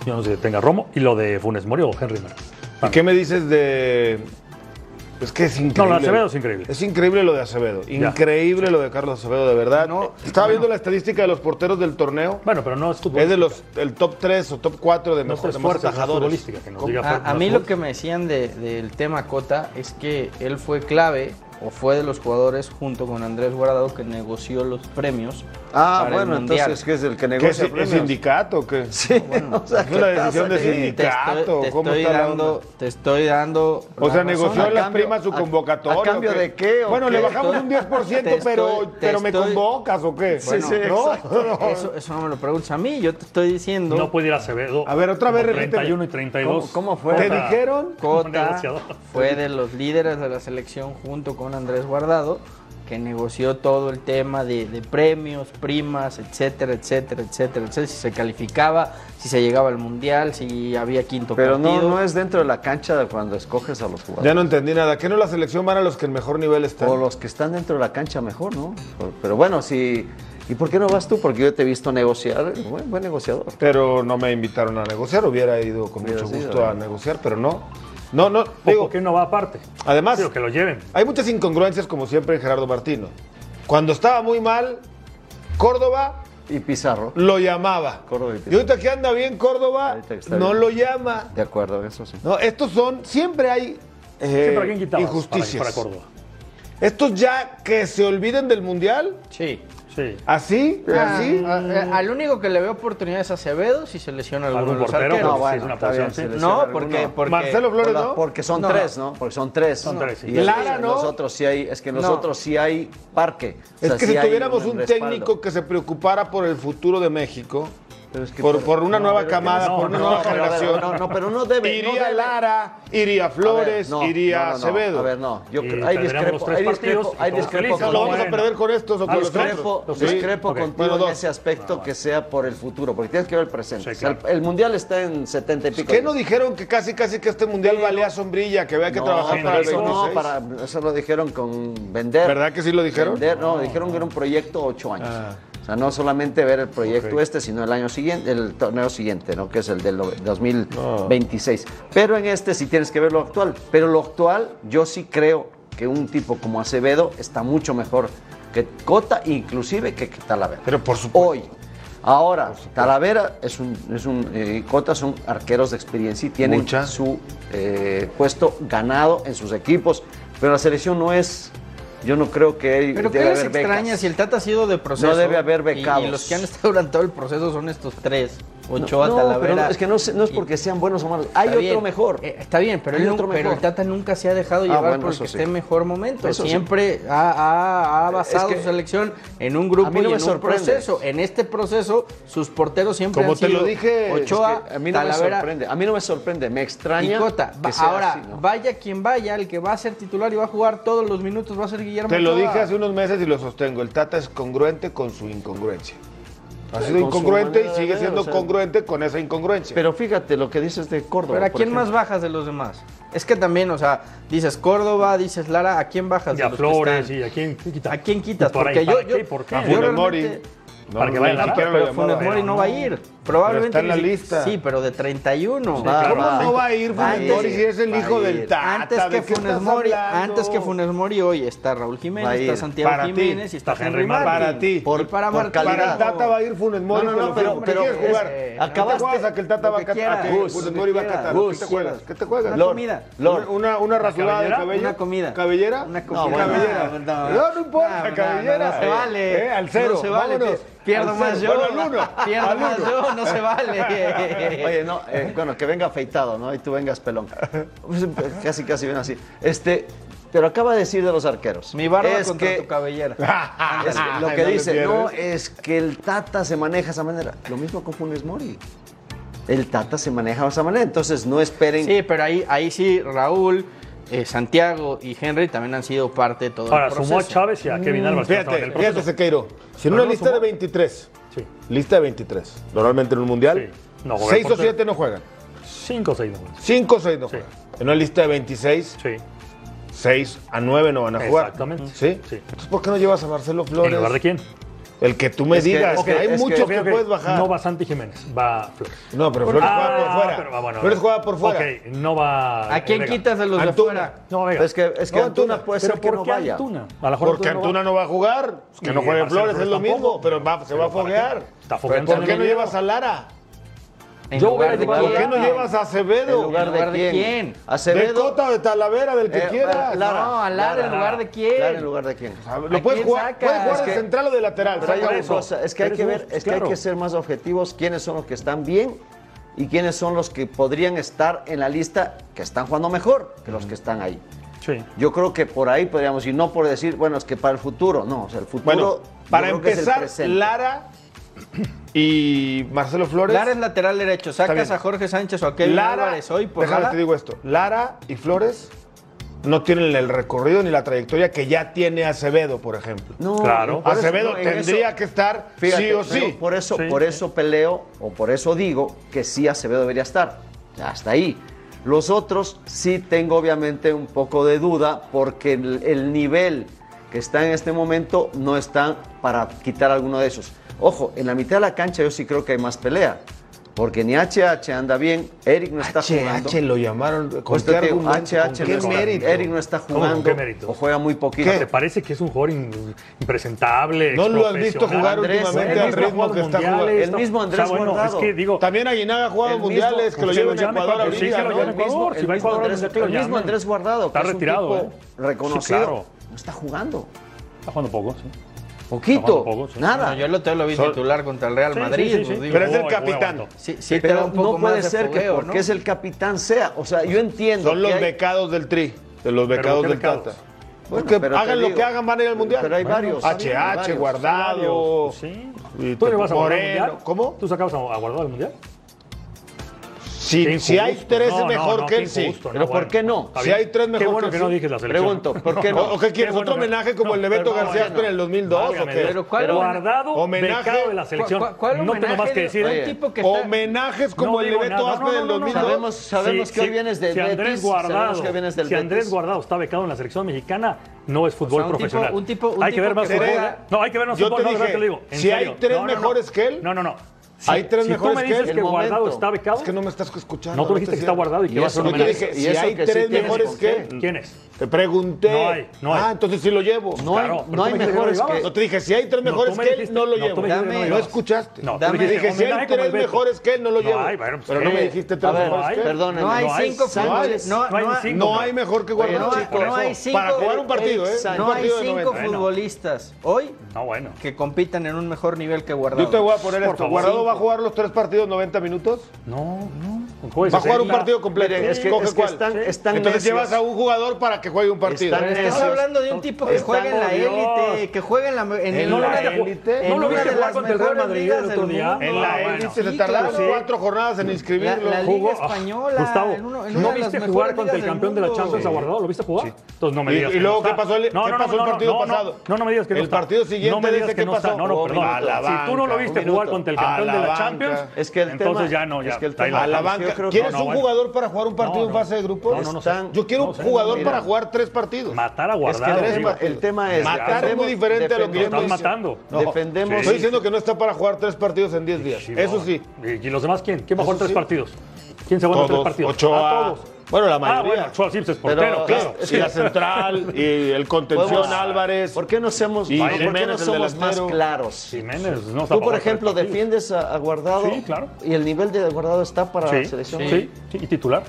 Yo no sé si tenga Romo. Y lo de Funes Mori o Henry Martín. ¿Y qué me dices de.? Es que es increíble. No, lo de Acevedo es increíble. Es increíble lo de Acevedo. Ya. Increíble lo de Carlos Acevedo, de verdad. Eh, No, Estaba viendo la estadística de los porteros del torneo. Bueno, pero no es fútbol. Es de los el top 3 o top 4 de No mejor es de más fuerte, no es atajadores. futbolística, que nos ¿Cómo? diga Fer, A, a no mí es lo fútbol. que me decían de- del tema Cota es que él fue clave o fue de los jugadores junto con Andrés Guardado que negoció los premios Ah, para bueno, el mundial. entonces, ¿qué es el que ¿Qué es, negocia es premios? sindicato o qué? Sí, o sea, es una decisión ¿qué pasa de ahí? Te sindicato. estoy, te ¿Cómo estoy está la dando, onda? te estoy dando. O la sea, razón. negoció ¿A las cambio- primas su a- convocatoria. a cambio ¿o de qué, o Bueno, le qué? bajamos un 10%, Te estoy- pero, te pero me estoy- convocas o qué. Bueno, sí, ¿no? exacto. Eso, eso no me lo preguntes a mí, yo te estoy diciendo. No puede ir Acevedo. A ver, otra vez, Como repíteme. 31 y 32. ¿Cómo- cómo fue? ¿Te Contra- dijeron? como Cota negociador. fue de los líderes de la selección junto con Andrés Guardado, que negoció todo el tema de, de premios, primas, etcétera, etcétera, etcétera, etcétera, si se calificaba, si se llegaba al mundial, si había quinto Pero no, partido. no es dentro de la cancha de cuando escoges a los Ya jugadores. no entendí nada. ¿Qué no la selección van a los que en mejor nivel están? O los que están dentro de la cancha mejor, ¿no? Pero- Pero bueno, si... ¿Y por qué no vas tú? Porque yo te he visto negociar. eh, Buen, buen negociador. Pero no me invitaron a negociar. Hubiera ido con Hubiera mucho sido, gusto a ¿no? negociar, pero no. No, no. ¿O Digo, ¿Por qué no va aparte? además, Digo, que lo lleven. hay muchas incongruencias, como siempre, en Gerardo Martino. Cuando estaba muy mal, Córdoba Y Pizarro. lo llamaba. Córdoba y Pizarro. y ahorita que anda bien Córdoba, Ahorita que está no bien. lo llama. De acuerdo, eso sí. No, estos son. Siempre hay eh, ¿Para quién quitabas? injusticias. Para, para Córdoba. Estos ya que se olviden del mundial, Sí. Sí. así, así. Ah. A- a- Ah, eh, al único que le veo oportunidades a Acevedo si se lesiona alguno de ¿Algún los portero? arqueros. Porque No, sí bueno, es una está bien, posición, sí. se lesiona No, alguno. porque, porque Marcelo Flores, Hola, ¿no? Porque son No. tres, ¿no? Porque son tres. Son tres, sí. Y en- Lara, en ¿no? los otros sí hay, es que en los No. otros sí hay parque. O Es sea, que sí si hay tuviéramos un respaldo. técnico que se preocupara por el futuro de México, Pero es que por, por una no, nueva pero- camada, no, por una no, nueva pero a ver, generación, no, no, pero no debe- no iría debe- Lara, iría A ver, Flores, no, iría no, no, no. Acevedo. A ver, no. Yo Y creo- hay perderemos los discrepo, tres hay partidos discrepo, y hay todos discrepo. felices, lo vamos a Bueno. perder con estos o con los Discrepo, otros. discrepo ok. contigo Bueno, en dos. ese aspecto que sea por el futuro, porque tienes que ver el presente. Sí, claro. O sea, el, el mundial está en 70 y pico. ¿Qué no dijeron que casi casi que este mundial valía sombrilla, que había que No, trabajar sí, para el no, eso 26? no, para, eso lo dijeron con vender. ¿Verdad que sí lo dijeron? Ah. Vender, no, dijeron que era un proyecto ocho años. O sea, no solamente ver el proyecto este, sino el año siguiente, el torneo siguiente, ¿no? Que es el del Ah. nove- 2026. Pero en este sí tienes que ver lo actual. Pero lo actual, yo sí creo que un tipo como Acevedo está mucho mejor que Cota, inclusive que que Talavera. Pero por supuesto. Hoy. Ahora, Talavera es un, es un eh, Cota son arqueros de experiencia y tienen Mucha. su eh, puesto ganado en sus equipos. Pero la selección no es. Yo no creo que hay- Pero debe qué les haber extraña becas. si el Tata ha sido de proceso. No debe haber y- Y, becados. los que han estado durante todo el proceso son estos tres. No, Ochoa, no, Talavera. pero no, es que no, se- no es y- porque sean buenos o malos. Hay Está otro bien. mejor. Eh, está bien, pero, Hay él nu- otro pero mejor. Ah, el Tata nunca se ha dejado llevar bueno, por el eso que sí. esté en mejor momento. Eso sí. Siempre ha, ha- ha basado que- su selección en un grupo a mí no y me en un sorprende. proceso. En este proceso, sus porteros siempre Como han te lo sido dije, Es que Ochoa, a mí no me Talavera sorprende. A mí no me sorprende. Me y extraña. Cota. Va- que sea Ahora, así, ¿no? vaya quien vaya, el que va a ser titular y va a jugar todos los minutos va a ser Guillermo Te lo Ochoa. dije hace unos meses y lo sostengo. El Tata es congruente con su incongruencia. Ha sido Con su incongruente y manera de sigue ver, siendo o sea. congruente con esa incongruencia. Pero fíjate lo que dices de Córdoba. Pero ¿a por quién ejemplo. más bajas de los demás? Es que también, o sea, dices Córdoba, dices Lara, ¿a quién bajas? Y de a los que Flores están? y a quién quitas. ¿A quién quitas? Por ahí, Porque yo, ¿para yo, qué? ¿Por qué? A yo Funes realmente- Mori. Para que vaya ni la siquiera Pero lo Pero llamaba. Funes Mori no va a ir. Pero está Probablemente. en la ni si- lista. Sí, pero de 31. Va, ¿Cómo va. no va a ir Va a Funes ir, Mori si es el va a hijo ir. del Tata? Antes ¿de que, qué Funes estás Mori, hablando? antes que Funes Mori hoy está Raúl Jiménez, Va a está ir. Santiago Para ti. Jiménez y está Está Henry Henry Martin. Para ti. Por, y para por Martín. calidad. Para el Tata va a ir Funes Mori. No, no, no, pero, pero- ¿qué quieres pero jugar? es- ¿A qué te acabaste- juegas a que el Tata lo va a que Qatar? ¿A que quieras. Funes Mori va a Gus, Qatar? Gus. ¿Qué te juegas? ¿Qué te Una juegas? Lord, comida. Lord. Una, una rasurada de cabellera? cabello. Una comida. ¿Cabellera? Una No, comida. bueno, cabellera. No, No, no. no, importa, No, no, cabellera. no, no se Eh, vale. eh, al No cero. se vale, vámonos. pierdo Al más cero. yo. Bueno, al uno. Pierdo Al más uno. yo, no se vale. Oye, no, eh, bueno, que venga afeitado, ¿no? Y tú vengas pelón. Pues, Casi, casi ven así. Este, pero acaba de decir de los arqueros. Mi barba es contra que, tu cabellera. es que lo Ay, que Ah, no le dice, no, pierdes. es que el Tata se maneja de esa manera. Lo mismo con Funes Mori. El Tata se maneja de esa manera, entonces no esperen. Sí, pero ahí, ahí sí, Raúl, eh, Santiago y Henry también han sido parte de todo Ahora, el proceso. sumó a Chávez y a Kevin Álvarez. que estaban Pues Fíjate, en el proceso. Mm, fíjate, Sequeiro. Si en Pero una no lista de sumó. 23, Sí. lista de 23, normalmente en un mundial, Sí. No juega el 6 o portero. 7 no juegan, Cinco o seis nombres. 5 o 6 no juegan. En una lista de 26, Sí. 6 a 9 no van a jugar. Exactamente. ¿Sí? Sí. Entonces, ¿por qué no llevas a Marcelo Flores? ¿En lugar de quién? El que tú me que- digas, ok, hay es que- mucho que, Ok, ok. puedes bajar. No va Santi Jiménez, va Flores. No, pero Flores Ah, juega por fuera. pero va, bueno, Flores juega por fuera. Ok, no va. ¿A quién Vega. quitas a los de Antuna. afuera? No, Vega. Es que, es que No, Antuna, Antuna, puede Pero ser que ¿por no qué vaya. Antuna? A lo mejor Porque no va. Antuna no va a jugar, que Y no juegue Marcelo Flores, es lo tampoco. mismo, pero va, se va a ¿para qué? foguear. Está fogueando. ¿Por qué no llevas a Lara? En Yo lugar hubiera de llevado- ¿Por qué quién? no llevas a ¿En Acevedo? lugar, ¿En lugar de, de quién? quién? De Acevedo. Cota, de Talavera, del que eh, quieras. Lara. No, a Lara, en lugar de quién. Lara, ¿En lugar de quién? Pues, A ver, ¿A Lo puedes quién jugar, sacas? puedes jugar Es de que- central o de lateral. Pero hay saca una eso. cosa, es que hay Eres que ver, vos, es que hay claro. que ser más objetivos quiénes son los que están bien y quiénes son los que podrían estar en la lista que están jugando mejor que los que están ahí. Sí. Yo creo que por ahí podríamos ir, no por decir, bueno, es que para el futuro, no, o sea, el futuro. Bueno, yo para creo que es el empezar, presente. Lara y Marcelo Flores. Lara es lateral derecho. Está Sacas bien. a Jorge Sánchez o a Kevin Álvarez hoy Pues por déjame Lara. te digo esto. Lara y Flores no tienen el recorrido ni la trayectoria que ya tiene Acevedo, por ejemplo. No, Claro. y por eso- Acevedo no, en tendría eso- que estar Fíjate, sí o pero sí. Por eso, Sí. por eso peleo o por eso digo que sí Acevedo debería estar. Hasta ahí. Los otros sí tengo obviamente un poco de duda porque el, el nivel que está en este momento no está para quitar alguno de esos. Ojo, en la mitad de la cancha yo sí creo que hay más pelea. Porque ni HH anda bien, Eric no está jugando. HH lo llamaron con Pues te qué digo, argumento, HH con no qué está- mérito. Eric no está ¿Cómo con jugando qué mérito? o juega muy poquito. ¿Te parece que es un jugador in- impresentable? No lo has visto jugar Andrés, últimamente él al mismo ha ritmo jugado que está jugando. mundiales. El mismo Andrés Guardado. Es que digo, También Aguinaga ha jugado El mismo- mundiales, que lo que lo llevan a llame Ecuador cuando- Pues sí, ahorita, que lo ¿no? llamen. Ecuador, si va a Ecuador, Andrés, donde sea que lo el mismo llamen. Andrés Guardado, Está que es un retirado, tipo ¿eh? reconocido, Sí, claro. no está jugando. está jugando poco, sí. Poquito, Está jugando poco, sí. nada. Bueno, yo lo, te lo vi titular contra el Real Sí, Madrid. sí, sí, pues, sí. digo, Pero es el Voy, voy, capitán. aguanto. sí, sí te da pero un poco no puede más de ser que fogueo, porque ¿no? es el capitán sea. O sea, yo entiendo. Son los que hay- becados del Tri, de los becados qué del becados? Tata. Bueno, Porque pero te hagan lo digo, que hagan, van a ir al mundial. Pero hay Bueno, varios. HH, hay varios. guardado. Pues sí. y ¿Tú le Tecatito vas a guardar al Moreno. mundial? ¿Cómo? ¿Tú sacabas a a guardar al mundial? Si, Qué si hay injusto. tres, No, no, mejor no, que qué él sí. injusto, Pero ¿por bueno. qué no? Está Si bien. hay tres, Qué mejor bueno que que no sí. dije la selección. Pregunto, ¿por qué no? ¿O, o qué quieres? bueno ¿Otro que- homenaje como no, el de Beto pero no, García bueno. Asprey en el 2002 o Válgame, qué? Pero ¿cuál Guardado, homenaje- becado de la selección. ¿Cuál- cuál no tengo homenaje más que de- decir. ¿eh? un tipo que está- Homenajes como No el de digo Beto nada. Asprey No, del no, no, no, no. 2002. Sabemos- sabemos que hoy vienes del si Andrés Betis, Guardado, sabemos que vienes del si Andrés Betis. Guardado está becado en la selección mexicana, no es fútbol O sea, un tipo- profesional. un tipo- un hay que tipo ver más que fútbol. juega- ¿eh? No, hay que ver más Yo fútbol. te no, de verdad dije, te lo digo. en si hay serio. tres No, no, no. mejores que él, No, no, no. Si- hay tres si mejores tú me que él. dices que, El Guardado momento. está becado, Es que no me estás escuchando. no tú dijiste te que está siento. guardado y Y que va a ser eso un Yo te homenaje. dije, Y si eso hay que sí tres tienes mejores con que qué. él. ¿Quién es? Te pregunté. No hay, no hay. Ah, entonces sí lo llevo. No hay, Claro, no pero tú hay me dijiste que mejores no que. No te dije, si hay tres No, mejores tú me que él, dijiste- no lo no, tú llevo. me No, dijiste que no lo llevabas. escuchaste. No, tú Dame. dijiste, dije, si hay homenaje como tres el Beto. mejores que él, no lo No llevo. hay, bueno, pues, Pero no eh, me dijiste A tres ver, No mejores hay, que él. perdónenme. No hay No hay cinco cinco, futbolistas. no hay- no hay no hay- cinco. No hay mejor que guardado. no hay- chicos. no hay Para cinco- jugar un partido, ¿eh? Exacto. Un No hay partido de cinco 90. Bueno. futbolistas hoy No, bueno. que compitan en un mejor nivel que Guardado. Yo te voy a poner Por esto. favor. ¿Guardado va a jugar los tres partidos 90 minutos? No, no. Jueves Va a jugar un 60. partido completo. Miren, es que- Escoge es que cuál. están- están Entonces necios. llevas a un jugador para que juegue un partido. Están Estás necios. hablando de un tipo que Está juega en la odioso. élite, que juega en la en, En No lo la una de- viste élite. jugar- no en lo una viste de jugar las contra el Real mejores Madrid ligas el del otro día. mundo. En la Ah, bueno. élite se Sí, tardaron claro. cuatro jornadas en La, inscribirlo. la Jugó- Liga ah, Española. Gustavo, en uno- en una ¿no de las viste mejores jugar contra el ligas del campeón de la mundo. Champions a Guardado? ¿Lo viste jugar? Entonces no me Y- digas. y que luego, no ¿qué está. pasó el- qué pasó el partido no, pasado? No, no me digas que no El está. partido no siguiente me digas dice que qué no está. pasó. No, no, Un perdón. minuto. A la si tú no banca, lo viste un jugar minuto. contra el A campeón la de banca. la Champions, Es que el entonces tema- ya no, ya. es que el está ahí tema- A la Yo banca. creo que- ¿Quieres no, no, un bueno. jugador para jugar un partido No, en no. fase de grupos? No, no, no sé. Yo quiero No un sé, jugador mira. para jugar tres partidos. Matar a Es que Guardado. el, Tres digo. tema, el tema es. Matar es muy diferente a lo que yo Lo estoy estás diciendo. matando. No. Defendemos- Estoy diciendo que no está para jugar tres partidos en diez días. Sí, Eso no. sí. ¿Y, y los demás quién? ¿Quién va a jugar Eso tres sí. partidos? ¿Quién se va a jugar tres Todos, partidos? Ochoa. A todos. Bueno, la Ah, bueno, mayoría. Ochoa sí, pues es Pero- portero, claro. Claro, y la central, y el contención Podemos- Álvarez. ¿Por qué no somos, Y ¿por qué no Jiménez, el somos más delantero. claros? Jiménez no Tú, está para por jugar tres ejemplo, partidos. defiendes a, a Guardado. Sí, claro. Y el nivel de Guardado está para la Sí, selección. sí, sí, y titular.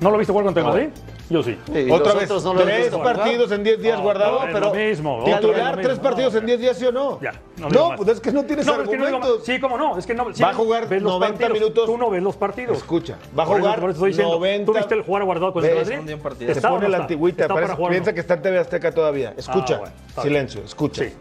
¿No lo viste jugar contra el Madrid? Yo sí. Y Otra los vez, otros no lo han tres visto. partidos en 10 días No, guardado, no, es pero lo mismo, otra vez lo titular mismo. tres No, partidos ya. en 10 días, ¿sí o no? Ya, no digo no, más. pues es que no tienes es que no digo argumentos. más. sí, cómo no, es que no. sí, Va a jugar ves los 90 partidos. minutos. Tú no ves los partidos. Escucha, va a Por eso, jugar por eso estoy diciendo, 90 ¿Tú viste el jugar a guardado contra el Ves, Madrid? un día un partido. Se ¿Está o pone no la está? antigüita, Está para parece- jugar o no? piensa que está en TV Azteca todavía. Escucha, bueno, está bien. silencio, escucha. Sí.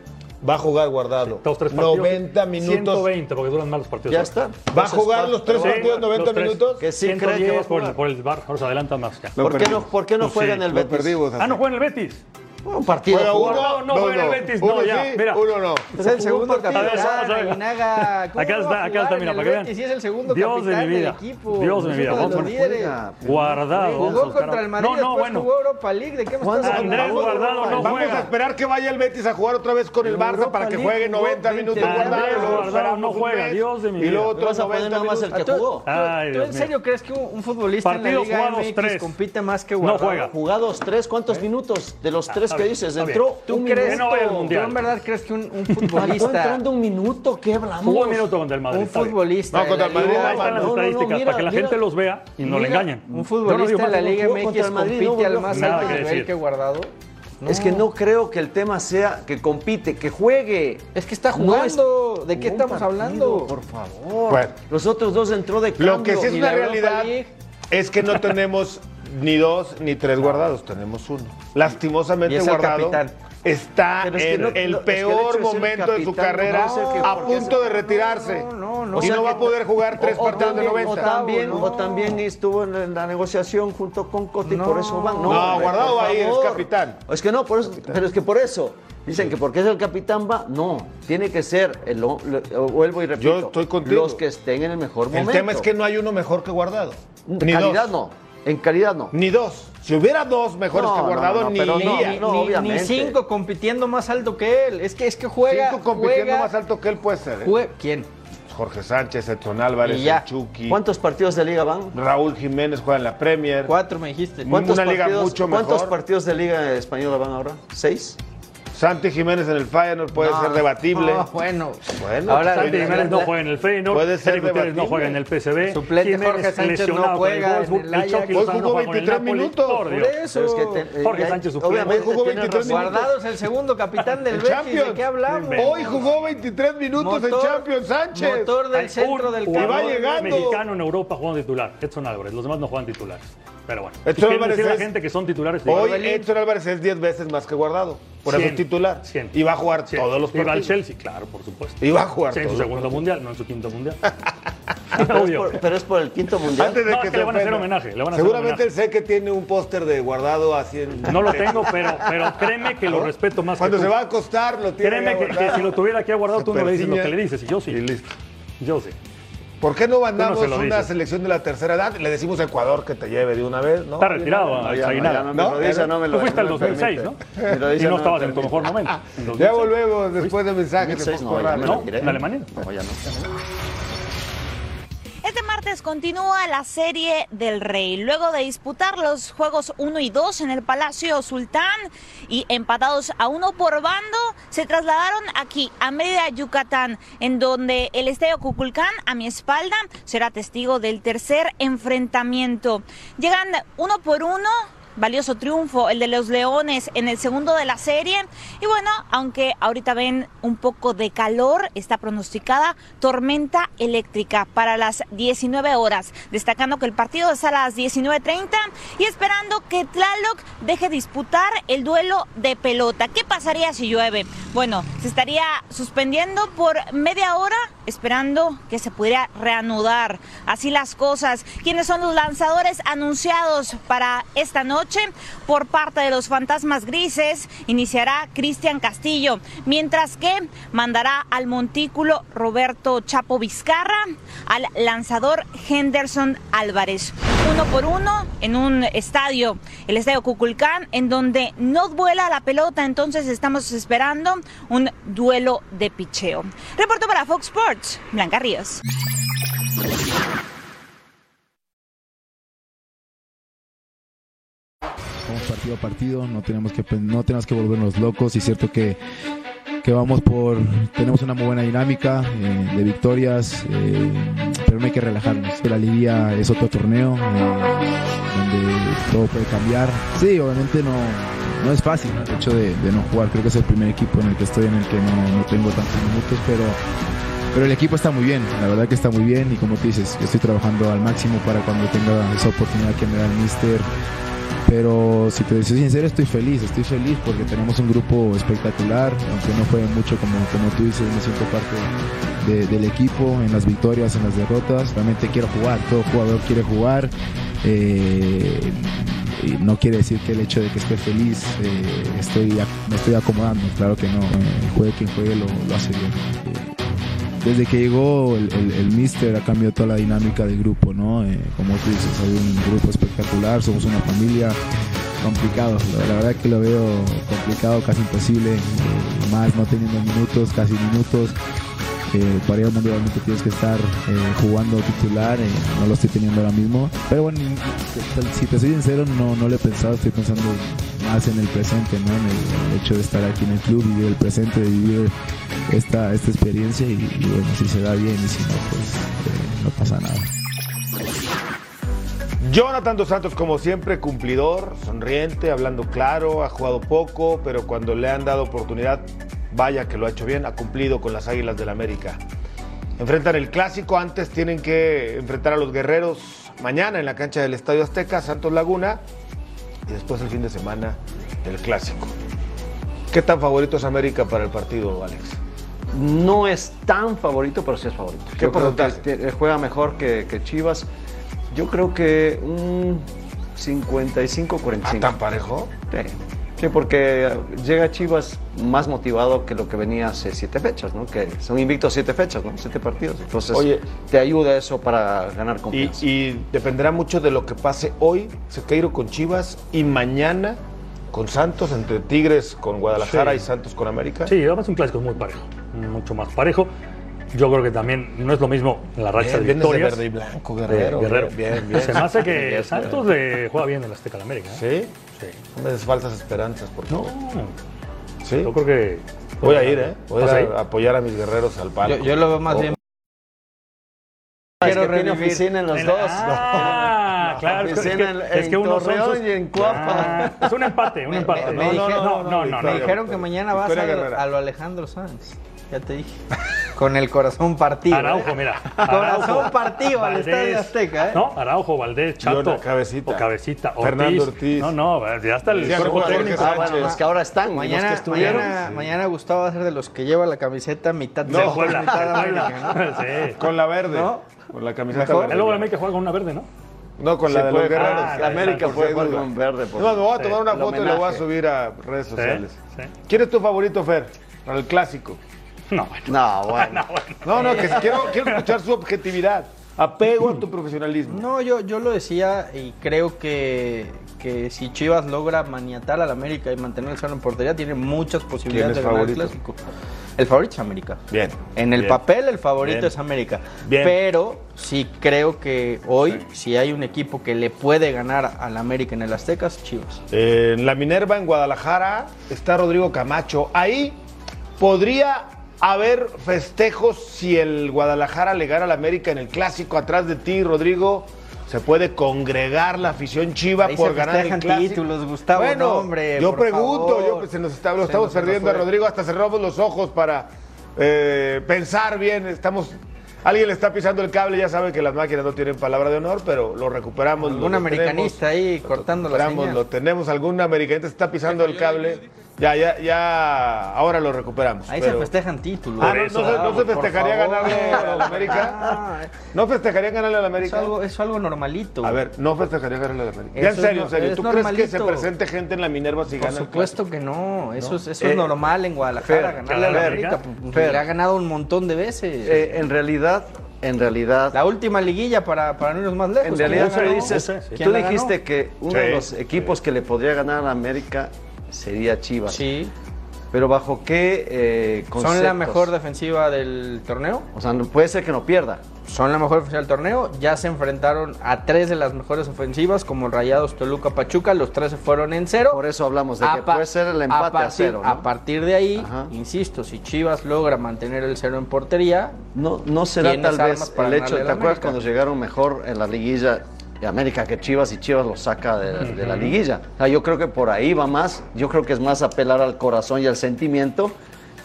Va a jugar guardado. Los tres partidos. 90 minutos. 120, porque duran más los partidos. Ya está. ¿Va a jugar los tres Sí, partidos 90 los tres. minutos? Que sí cree que va a 110 por, jugar. el- por el bar, ahora se adelanta más. ya. ¿Por qué no, ¿por qué no Pues juega sí, en el lo Betis? Ah, no juega en el Betis. Un partido. Juega jugó. uno, No, no juega en el Betis, uno no, ya, sí, mira. uno no. Es el segundo A ver, capitán. vamos a ver. Reinaga, ¿cómo Acá no va está, a acá está, jugar mira, en el para que vean. Betis? Si es el segundo Dios de mi capitán del vida. equipo, Dios de es mi vida. uno de Vamos los a poner- líderes. Guardado. vamos a Jugó buscar contra a- el Madrid, No, no, después bueno. jugó Europa League. ¿De qué me estás Juan hablando? Andrés Guardado no Vamos juega. a esperar que vaya el Betis a jugar otra vez con el Barça Europa para que League juegue jugó 90 20 minutos Andrés guardado. luego Guardado esperamos no un juega, mes, Dios de mi Y luego vida. otros Vas a poner 90 nada más minutos. el que jugó. Ay, ¿Tú Dios en mío. serio crees que un, un futbolista Partidos en la Liga jugados, MX tres. compite más que No Guardado? juega. Jugados tres, ¿cuántos minutos de los tres está que bien, dices? está bien. Entró ¿Tú un crees minuto. no vaya al ¿Tú Mundial. en verdad crees que un, un Mató futbolista, entrando un minuto, ¿qué hablamos? Jugó un minuto contra el Madrid. un está bien. futbolista No, en contra la el Madrid, Liga Ahí están las No, no, estadísticas, mira, para que la mira. gente los vea y no le Mira, engañen. un Yo no digo futbolista en más. la Liga jugó contra MX el Madrid, compite no volvió al a más jugar. alto Nada que nivel decir. que Guardado. Es que no creo que el tema sea que compite, que juegue. Es que está No es- jugando. ¿De qué Un estamos partido, hablando? Por favor. Bueno. Los otros dos entró de cambio. Lo que sí es Y una la Europa realidad League. es que no tenemos ni dos ni tres guardados, tenemos uno. Lastimosamente Y es el guardado. capitán. Está Pero es que en no- el no, es que el hecho de peor ser momento de su capitán no carrera, va a ser que- a porque punto de se- retirarse. no, no, no. y O sea no va que- a poder jugar tres O- o partidos también- de 90. O también, No. o también estuvo en la- en la negociación junto con Coti, No. por eso van. No, No, hombre, Guardado por va a ir, es favor. capitán. Es que no, por eso, pero es que por eso. Dicen que porque es el capitán va, no, tiene que ser, el, lo- lo- vuelvo y repito, estoy contigo. los que estén en el mejor el momento. tema es que no hay uno mejor que guardado. En Ni calidad dos. no, en calidad no. Ni dos. Si hubiera dos mejores No, que no, guardado, no, no, ni pero no, iría. ni, no, ni- ni obviamente. cinco compitiendo más alto que él. Es que, es que juega. Cinco compitiendo juega- más alto que él puede ser. ¿eh? jue- ¿Quién? Jorge Sánchez, Edson Álvarez, Y ya. el Chucky. ¿Cuántos partidos de liga van? Raúl Jiménez juega en la Premier. Cuatro me dijiste. Bueno. ¿Cuántos Una liga partidos, mucho ¿Cuántos mejor. partidos de liga española van ahora? ¿Seis? Santi Jiménez en el Feyenoord puede No, ser debatible. No, Ah, bueno. Bueno, pues, Ahora, Santi Santi Jiménez no la- juega en el Feyenoord. Puede ser Eric Gutiérrez no debatible. juega en el PSV. Suplente Jiménez Jorge Sánchez no lesionado con juega en Wolfsburg, el el Chucky Ajax. Hoy Lozano jugó juega con el 23 Napoli. minutos. Por Dios. Por eso. Pero es que te- Jorge ya- Sánchez suplente. obviamente Hoy jugó tienes 23 razón. Guardado es el segundo capitán del El Betis. ¿De Champions. qué hablamos? Hoy jugó 23 minutos en Champions Sánchez. Motor del Hay centro un del jugador Y va campo. llegando. mexicano en Europa jugando titular. Edson Álvarez. Los demás no juegan titulares. Pero bueno. Edson ¿Qué quiere Álvarez decir es- la gente que son titulares? Hoy Cien. Héctor Álvarez es 10 veces más que guardado. Por eso Cien. es titular. Cien. Y va a jugar Cien. todos los Y va al partidos. Chelsea, claro, por supuesto. Y va a jugar Sí, en su todos. segundo mundial, no en su quinto mundial. Pero es, Obvio. por, pero es por el quinto mundial. Antes de No, que, es que se le van a hacer ofenda. homenaje, le van a hacer Seguramente homenaje. él sé que tiene un póster de guardado así en. No lo tengo, pero, pero créeme que lo respeto más Cuando que se tú. va a acostar, lo tiene. Ah, Créeme ahí que, que guardado. si lo tuviera aquí guardado, Se tú no le dices lo persigue que le dices. Y yo sí. Y listo. Yo sí. ¿Por qué no mandamos Tú no se lo una dices. selección de la tercera edad? Le decimos a Ecuador que te lleve de una vez, ¿no? Está retirado, No, a ya no, ya no Aguinaga. me ¿No? lo dice, no me lo Tú fuiste al no me 2006, ¿no? permite. Me lo dice, Y no me estabas en tu permite. mejor momento. En Ya 2006. volvemos después de mensajes. de Fox 2006, no, ya me Radio. ¿No? retiré. ¿En Alemania? No, ya no. Este martes continúa la serie del Rey. Luego de disputar los juegos 1 y 2 en el Palacio Sultán y empatados a uno por bando, se trasladaron aquí, a Mérida, Yucatán, en donde el Estadio Cuculcán, a mi espalda, será testigo del tercer enfrentamiento. Llegan uno por uno. Valioso triunfo, el de los Leones en el segundo de la serie. Y bueno, aunque ahorita ven un poco de calor, está pronosticada tormenta eléctrica para las 19 horas, destacando que el partido es a las 19.30 y esperando que Tlaloc deje disputar el duelo de pelota. ¿Qué pasaría si llueve? Bueno, se estaría suspendiendo por media hora esperando que se pudiera reanudar. Así las cosas. ¿Quiénes son los lanzadores anunciados para esta noche? Por parte de los fantasmas grises iniciará Cristian Castillo, mientras que mandará al montículo Roberto Chapo Vizcarra, al lanzador Henderson Álvarez. Uno por uno en un estadio, el estadio Cuculcán, en donde no vuela la pelota, entonces estamos esperando un duelo de picheo. Reporto para Fox Sports, Blanca Ríos. vamos partido a partido, no tenemos que pen- no tenemos que volvernos locos y es cierto que que vamos por tenemos una muy buena dinámica eh, de victorias, eh, pero no hay que relajarnos. La liga es otro torneo eh, donde todo puede cambiar. Sí, obviamente no no es fácil ¿no? el hecho de, de no jugar. Creo que es el primer equipo en el que estoy en el que no, no tengo tantos minutos, pero pero el equipo está muy bien, la verdad que está muy bien y como tú dices, yo estoy trabajando al máximo para cuando tenga esa oportunidad que me da el míster Pero si te soy sincero, estoy feliz, estoy feliz porque tenemos un grupo espectacular, aunque no jueguen mucho como, como tú dices, me siento parte de- del equipo en las victorias, en las derrotas. Realmente quiero jugar, todo jugador quiere jugar. eh, y no quiere decir que el hecho de que esté feliz eh, estoy, ac- me estoy acomodando, claro que no, eh, juegue quien juegue lo, lo hace bien. Eh, desde que llegó el, el, el Mister ha cambiado toda la dinámica del grupo, ¿no? Eh, como tú dices, hay un grupo espectacular, somos una familia complicado, la, la verdad que lo veo complicado, casi imposible, eh, más no teniendo minutos, casi minutos. Eh, para ir al mundial obviamente tienes que estar eh, jugando titular, eh, no lo estoy teniendo ahora mismo. Pero bueno, si te soy sincero, no, no lo he pensado, estoy pensando más en el presente, ¿no? en el, el hecho de estar aquí en el club, vivir el presente, de vivir esta, esta experiencia y, y bueno, si se da bien y si no, pues eh, no pasa nada. Jonathan Dos Santos, como siempre, cumplidor, sonriente, hablando claro, ha jugado poco, pero cuando le han dado oportunidad, vaya que lo ha hecho bien, ha cumplido con las Águilas del América. Enfrentan el clásico, antes tienen que enfrentar a los guerreros mañana en la cancha del Estadio Azteca, Santos Laguna, y después el fin de semana el clásico. ¿Qué tan favorito es América para el partido, Alex? No es tan favorito, pero sí es favorito. ¿Qué Yo creo que porcentaje? te- Juega mejor que, que Chivas. Yo creo que un 55-45. ¿Ah, tan parejo? Sí. Sí, porque llega Chivas más motivado que lo que venía hace siete fechas, ¿no? Que son invictos siete fechas, ¿no? Siete partidos. Entonces, Oye. te ayuda eso para ganar Y, confianza. y dependerá mucho de lo que pase hoy, Sequeiro con Chivas y mañana con Santos, entre Tigres con Guadalajara Sí. y Santos con América. Sí, además un clásico muy parejo, mucho más parejo. Yo creo que también no es lo mismo la racha Bien, vienes de de victorias. verde y blanco, de guerrero. ¿eh? Bien, bien. Se me hace que Bien, Santos bien. le juega bien en Azteca al América. ¿eh? ¿Sí? Sí. No me des falsas esperanzas, por No, favor. ¿Sí? yo creo que. ¿Ah, Voy a ir, ¿eh? Voy ¿Vas a, a ir? a apoyar a mis guerreros al Yo, palco. yo lo veo más Ojo. bien. Es Quiero que tiene revivir. oficina en los En- dos. Ah, claro. Es que, es Oficina en- que, es en que unos Torreón son sus- y en Cuapa. Ah, es un empate, un Me- empate. me- me dijeron- no, no, Me Victoria, no. dijeron que Victoria. mañana vas Victoria a, Guerrera. a lo Alejandro Sanz. Ya te dije. Con el corazón partido. ¿eh? Araujo, mira. Corazón Araujo, partido al Valdés. Estadio Azteca, ¿eh? No, Araujo, Valdés, Chato. Leona, Cabecita. O Cabecita. Ortiz. Fernando Ortiz. No, no, ya hasta el Decían cuerpo Jorge técnico. Ah, bueno, Sánchez. los que ahora están. los que Mañana, estuvieron. mañana, mañana Gustavo va a ser de los que lleva la camiseta mitad De Santos, Puebla. mitad de América, ¿no? Puebla. Sí. Con la verde. ¿No? Con la camiseta Mejor. verde. El luego América juega con una verde, ¿no? No, con la de los guerreros. Ah, la América por fue seguro. con verde. por- Es más, me voy a tomar una el foto y la voy a homenaje. subir a redes sociales. Sí. ¿Quién es tu favorito, Fer? Para el clásico. No, bueno. No, bueno. No, no, que quiero, quiero escuchar su objetividad. Apego a tu profesionalismo. No, yo, yo lo decía y creo que, que si Chivas logra maniatar al América y mantener el cero en portería, tiene muchas posibilidades ¿Quién de es ganar el favorito? clásico. El favorito es América. Bien. En el Bien. papel el favorito Bien. es América. Bien. Pero sí creo que hoy, si hay un equipo que le puede ganar al América en el Azteca, es Chivas. Eh, en la Minerva, en Guadalajara, está Rodrigo Camacho. Ahí podría haber festejos si el Guadalajara le gana al América en el clásico. Atrás de ti, Rodrigo, se puede congregar la afición chiva Ahí por se ganar el festejan clásico. títulos, Gustavo, Bueno, no, hombre, yo por pregunto, favor. yo, pues, se nos está- lo Se estamos nos perdiendo a fue. Rodrigo. Hasta cerramos los ojos para eh, pensar bien. Estamos. Alguien le está pisando el cable, ya sabe que las máquinas no tienen palabra de honor, pero lo recuperamos. lo Algún detenemos. americanista ahí cortando la Recuperamos, señal. Lo tenemos, algún americanista está pisando el cable. Ya, ya, ya, ahora lo recuperamos. Ahí pero- se festejan títulos. Ah, no, no se- no se, Por festejaría favor. ganarle a la Ah, América. No festejaría ganarle a la es, América. algo, es algo normalito. A ver, no festejaría ganarle a la América. Eso Ya en es serio, en no- serio. es ¿Tú crees que se normalito. presente gente en la Minerva si Por gana? el supuesto que no. Eso es, eso Eh, es normal en Guadalajara. Fer, ganarle a la Fer, América. pues, Fer. le ha ganado un montón de veces. Eh, en realidad, en realidad, la última liguilla para, para no irnos más lejos. en realidad ¿quién la me ganó? dices, Ese, sí. ¿Quién tú la ganó? dijiste que uno Sí, de los equipos que le podría ganar a América sería Chivas. Sí. Pero bajo qué eh, Son la conceptos? mejor defensiva del torneo. O sea, no- puede ser que no pierda. Son la mejor defensiva del torneo. Ya se enfrentaron a tres de las mejores ofensivas, como Rayados, Toluca, Pachuca. Los tres se fueron en cero. Por eso hablamos de que pa- puede ser el empate a, partir, cero. ¿no? a partir de ahí, Ajá. insisto, si Chivas logra mantener el cero en portería, No, no será Tienes tal armas vez para el hecho, ganarle ¿te a la acuerdas América? cuando llegaron mejor en la liguilla de América que Chivas y Chivas los saca de, de la liguilla? O sea, yo creo que por ahí va más, yo creo que es más apelar al corazón y al sentimiento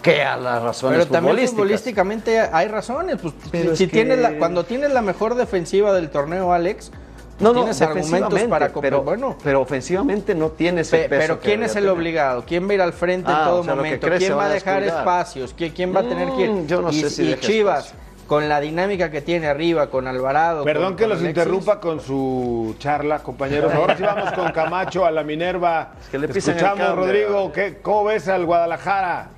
que a las razones pero también futbolísticas. futbolísticamente hay razones. Pues, Pero si es tienes que- la- cuando tienes la mejor defensiva del torneo, Alex, pues No, no, tienes argumentos defensivamente, para comprar. pero, bueno, pero ofensivamente no tiene ese Pe- peso pero que ¿quién debería es el tener. obligado? ¿Quién va a ir al frente Ah, en todo o sea, lo que momento? crece ¿Quién va van a a dejar descuidar. espacios? ¿Qui- ¿Quién va a tener que Mm, yo no y, sé si y deja Chivas, espacio. con la dinámica que tiene arriba, con Alvarado. Perdón con- que con los Alexis. interrumpa con su charla, compañeros. Ahora sí vamos con Camacho a la Minerva. que le Te pisan el Escuchamos, cable, Rodrigo, vale. ¿qué, ¿cómo ves al Guadalajara?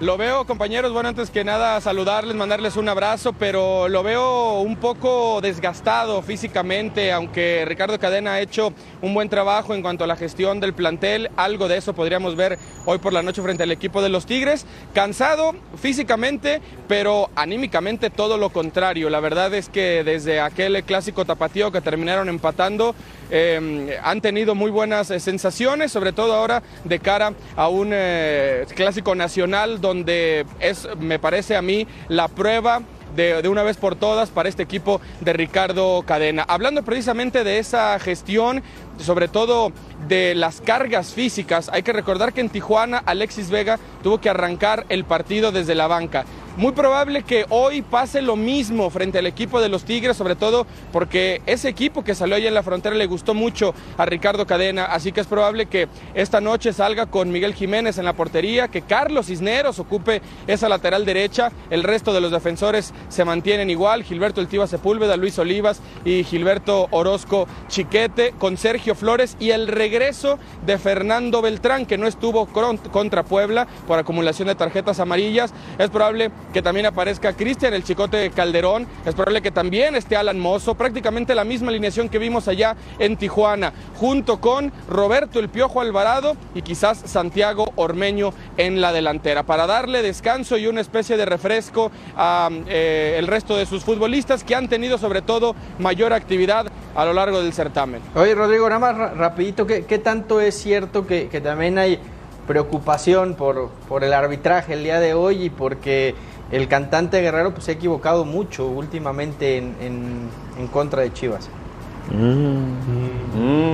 Lo veo, compañeros. Bueno, antes que nada, saludarles, mandarles un abrazo, pero lo veo un poco desgastado físicamente, aunque Ricardo Cadena ha hecho un buen trabajo en cuanto a la gestión del plantel. Algo de eso podríamos ver hoy por la noche frente al equipo de los Tigres. Cansado físicamente, pero anímicamente todo lo contrario. La verdad es que desde aquel clásico tapatío que terminaron empatando, eh, han tenido muy buenas eh, sensaciones, sobre todo ahora de cara a un eh, clásico nacional donde es, me parece a mí, la prueba. De, de una vez por todas para este equipo de Ricardo Cadena. Hablando precisamente de esa gestión, sobre todo de las cargas físicas, hay que recordar que en Tijuana Alexis Vega tuvo que arrancar el partido desde la banca. Muy probable que hoy pase lo mismo frente al equipo de los Tigres, sobre todo porque ese equipo que salió allá en la frontera le gustó mucho a Ricardo Cadena, así que es probable que esta noche salga con Miguel Jiménez en la portería, que Carlos Cisneros ocupe esa lateral derecha, el resto de los defensores se mantienen igual, Gilberto El Tiva Sepúlveda, Luis Olivas y Gilberto Orozco Chiquete con Sergio Flores y el regreso de Fernando Beltrán, que no estuvo cron- contra Puebla por acumulación de tarjetas amarillas. Es probable que también aparezca Cristian el Chicote Calderón. Es probable que también esté este Alan Mozo. Prácticamente la misma alineación que vimos allá en Tijuana, junto con Roberto el Piojo Alvarado y quizás Santiago Ormeño en la delantera. Para darle descanso y una especie de refresco a eh, el resto de sus futbolistas que han tenido sobre todo mayor actividad a lo largo del certamen. Oye, Rodrigo, nada más ra- rapidito, ¿qué, qué tanto es cierto que, que también hay preocupación por, por el arbitraje el día de hoy y porque el cantante Guerrero pues, se ha equivocado mucho últimamente en, en- en contra de Chivas?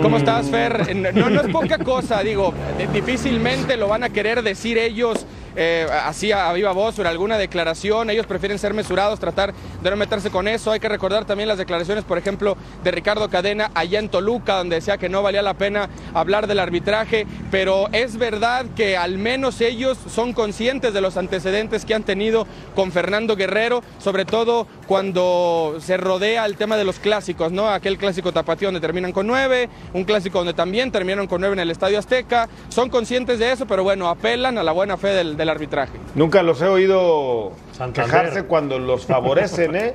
¿Cómo estás, Fer? No, no es poca cosa, digo, de- difícilmente lo van a querer decir ellos eh, así a a viva voz o en alguna declaración. Ellos prefieren ser mesurados, tratar de no meterse con eso. Hay que recordar también las declaraciones, por ejemplo, de Ricardo Cadena allá en Toluca, donde decía que no valía la pena hablar del arbitraje, pero es verdad que al menos ellos son conscientes de los antecedentes que han tenido con Fernando Guerrero, sobre todo cuando se rodea el tema de los clásicos, ¿no? Aquel clásico tapatío donde terminan con nueve, un clásico donde también terminaron con nueve en el Estadio Azteca. Son conscientes de eso, pero bueno, apelan a la buena fe del, del arbitraje. Nunca los he oído Santander. quejarse cuando los favorecen, ¿eh?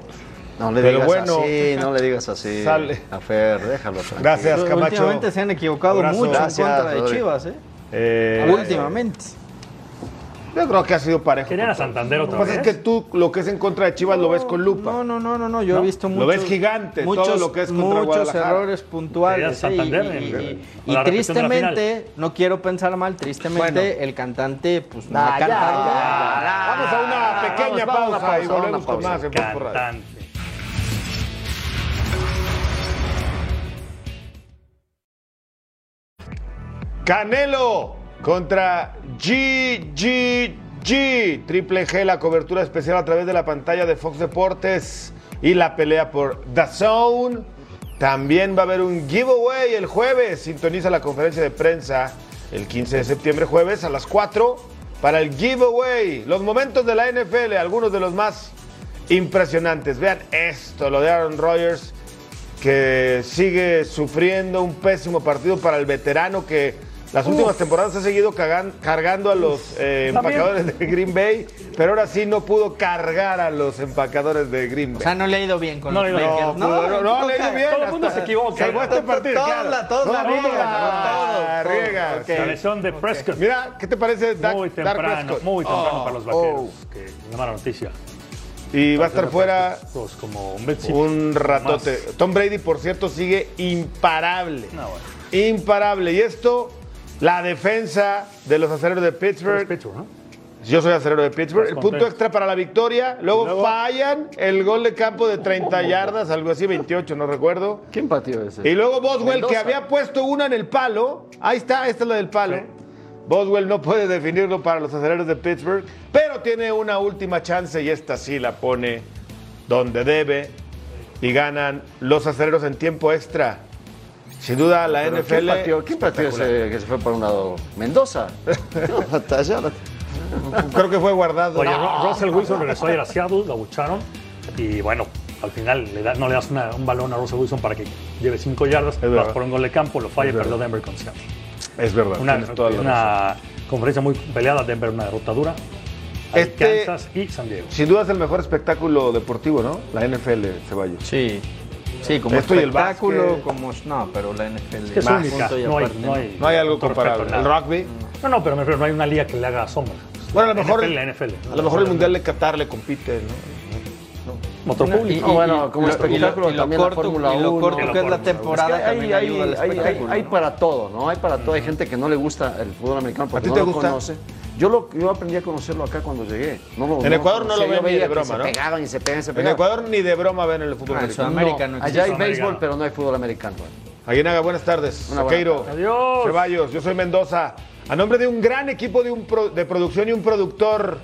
No le Pero digas bueno, así, no le digas así. sale. A Fer, déjalo. tranquilo. Gracias, Camacho. Últimamente se han equivocado Abrazo. mucho Gracias, en contra de Rodrigo. Chivas, ¿eh? Eh, últimamente. Yo creo que ha sido parejo. Querían a Lo Santander que otra pasa vez. es que tú lo que es en contra de Chivas lo ves con lupa. No, no, no, no, no. Yo he visto Lo muchos, ves gigante, todo lo que es contra muchos Guadalajara. errores puntuales. Querías ¿eh? Santander y y- en- y- con y la repetición de la tristemente, no quiero pensar mal, tristemente Bueno. el cantante pues no Ah, Nah, ha ya, cantado. ya, ya. Vamos a una Vamos, pequeña vamos a pausa, una y pausa, volvemos una con pausa. más en Voz por Radio. Cantante. Canelo contra GGG. Triple G, la cobertura especial a través de la pantalla de Fox Deportes y la pelea por The Zone. También va a haber un giveaway el jueves. Sintoniza la conferencia de prensa el 15 de septiembre, jueves a las 4 para el giveaway. Los momentos de la NFL, algunos de los más impresionantes. Vean esto, lo de Aaron Rodgers que sigue sufriendo un pésimo partido para el veterano que las últimas temporadas ha seguido cagan- cargando a los eh, empacadores de Green Bay, pero ahora sí no pudo cargar a los empacadores de Green Bay. O sea, no le ha ido bien con No los le ha ido no, bien. Packers. pudo, no, no, tampoco le ha ido cae. bien. Todo el mundo hasta- se equivoca. Salvó este partido. Todos claro. la- todos No la riegas, riegan, todos, la todos. riegas. Ok. La lesión de Prescott. Mira, ¿qué te parece Dak- Muy Dak temprano, Prescott? muy temprano para los vaqueros. oh. Que una mala noticia. Y va a estar Prescott, fuera pues, como un Betsy. un ratote. Más. Tom Brady, por cierto, sigue imparable. No, bueno. Imparable. Y esto, la defensa de los acereros de Pittsburgh. Respeto, ¿no? Yo soy acerero de Pittsburgh. El punto contento. extra para la victoria. Luego, Luego- fallan el gol de campo de 30 yardas, algo así, 28, no recuerdo. ¿Quién pateó ese? Y luego Boswell, que Mendoza. había puesto una en el palo. Ahí está, esta es la del palo. Sí. Boswell no puede definirlo para los aceleros de Pittsburgh, pero tiene una última chance y esta sí la pone donde debe. y ganan los acereros en tiempo extra. Sin duda, la Pero NFL. ¿Quién pateó, quién pateó ese que se fue por un lado? ¿Mendoza? No, batalla, no. Creo que fue guardado. Oye, Ru- Russell Wilson regresó ayer a Seattle, lo abucharon y bueno, al final le da- no le das una- un balón a Russell Wilson para que lleve cinco yardas, vas verdad. por un gol de campo, lo falla y Es verdad. perdió Denver con Seattle. Es verdad. Una, tienes toda la razón. una conferencia muy peleada, Denver una derrota dura. Ahí Este- Kansas y San Diego. Sin duda es el mejor espectáculo deportivo, ¿no? La NFL, Ceballos. Sí. Sí, como Esto y el espectáculo, básquet. como... No, pero la NFL Es que es más. única, Punto y no hay, aparte, no hay, No hay algo con respeto, comparable. El nada. rugby. No, no, pero me refiero, no hay una liga que le haga sombra. Bueno, a lo mejor, NFL, la NFL. a lo mejor el Mundial de Qatar le compite, ¿no? Motor público. Y- No, bueno, y- como y lo- espectáculo y lo también la corto- Fórmula y lo 1. corto que es la temporada hay, también hay- ayuda al hay- espectáculo, hay- hay ¿no? para todo, ¿no? Hay para todo. Hay gente que no le gusta el fútbol americano porque ti no te lo gusta? conoce. Yo, lo, yo aprendí a conocerlo acá cuando llegué. No lo- En Ecuador no conocía. lo ven Yo ni de veía que broma, ¿no? Se pegaban y se pegaban y se En pegaban. Ecuador ni de broma ven el fútbol Ah, en americano. Sudamérica no, Allá existe. hay béisbol, Sudamericano. pero no hay fútbol americano. güey. Aguinaga, buenas tardes. Una buena Vaqueiro, Adiós. Ceballos, yo soy Mendoza. A nombre de un gran equipo de, un pro- de producción y un productor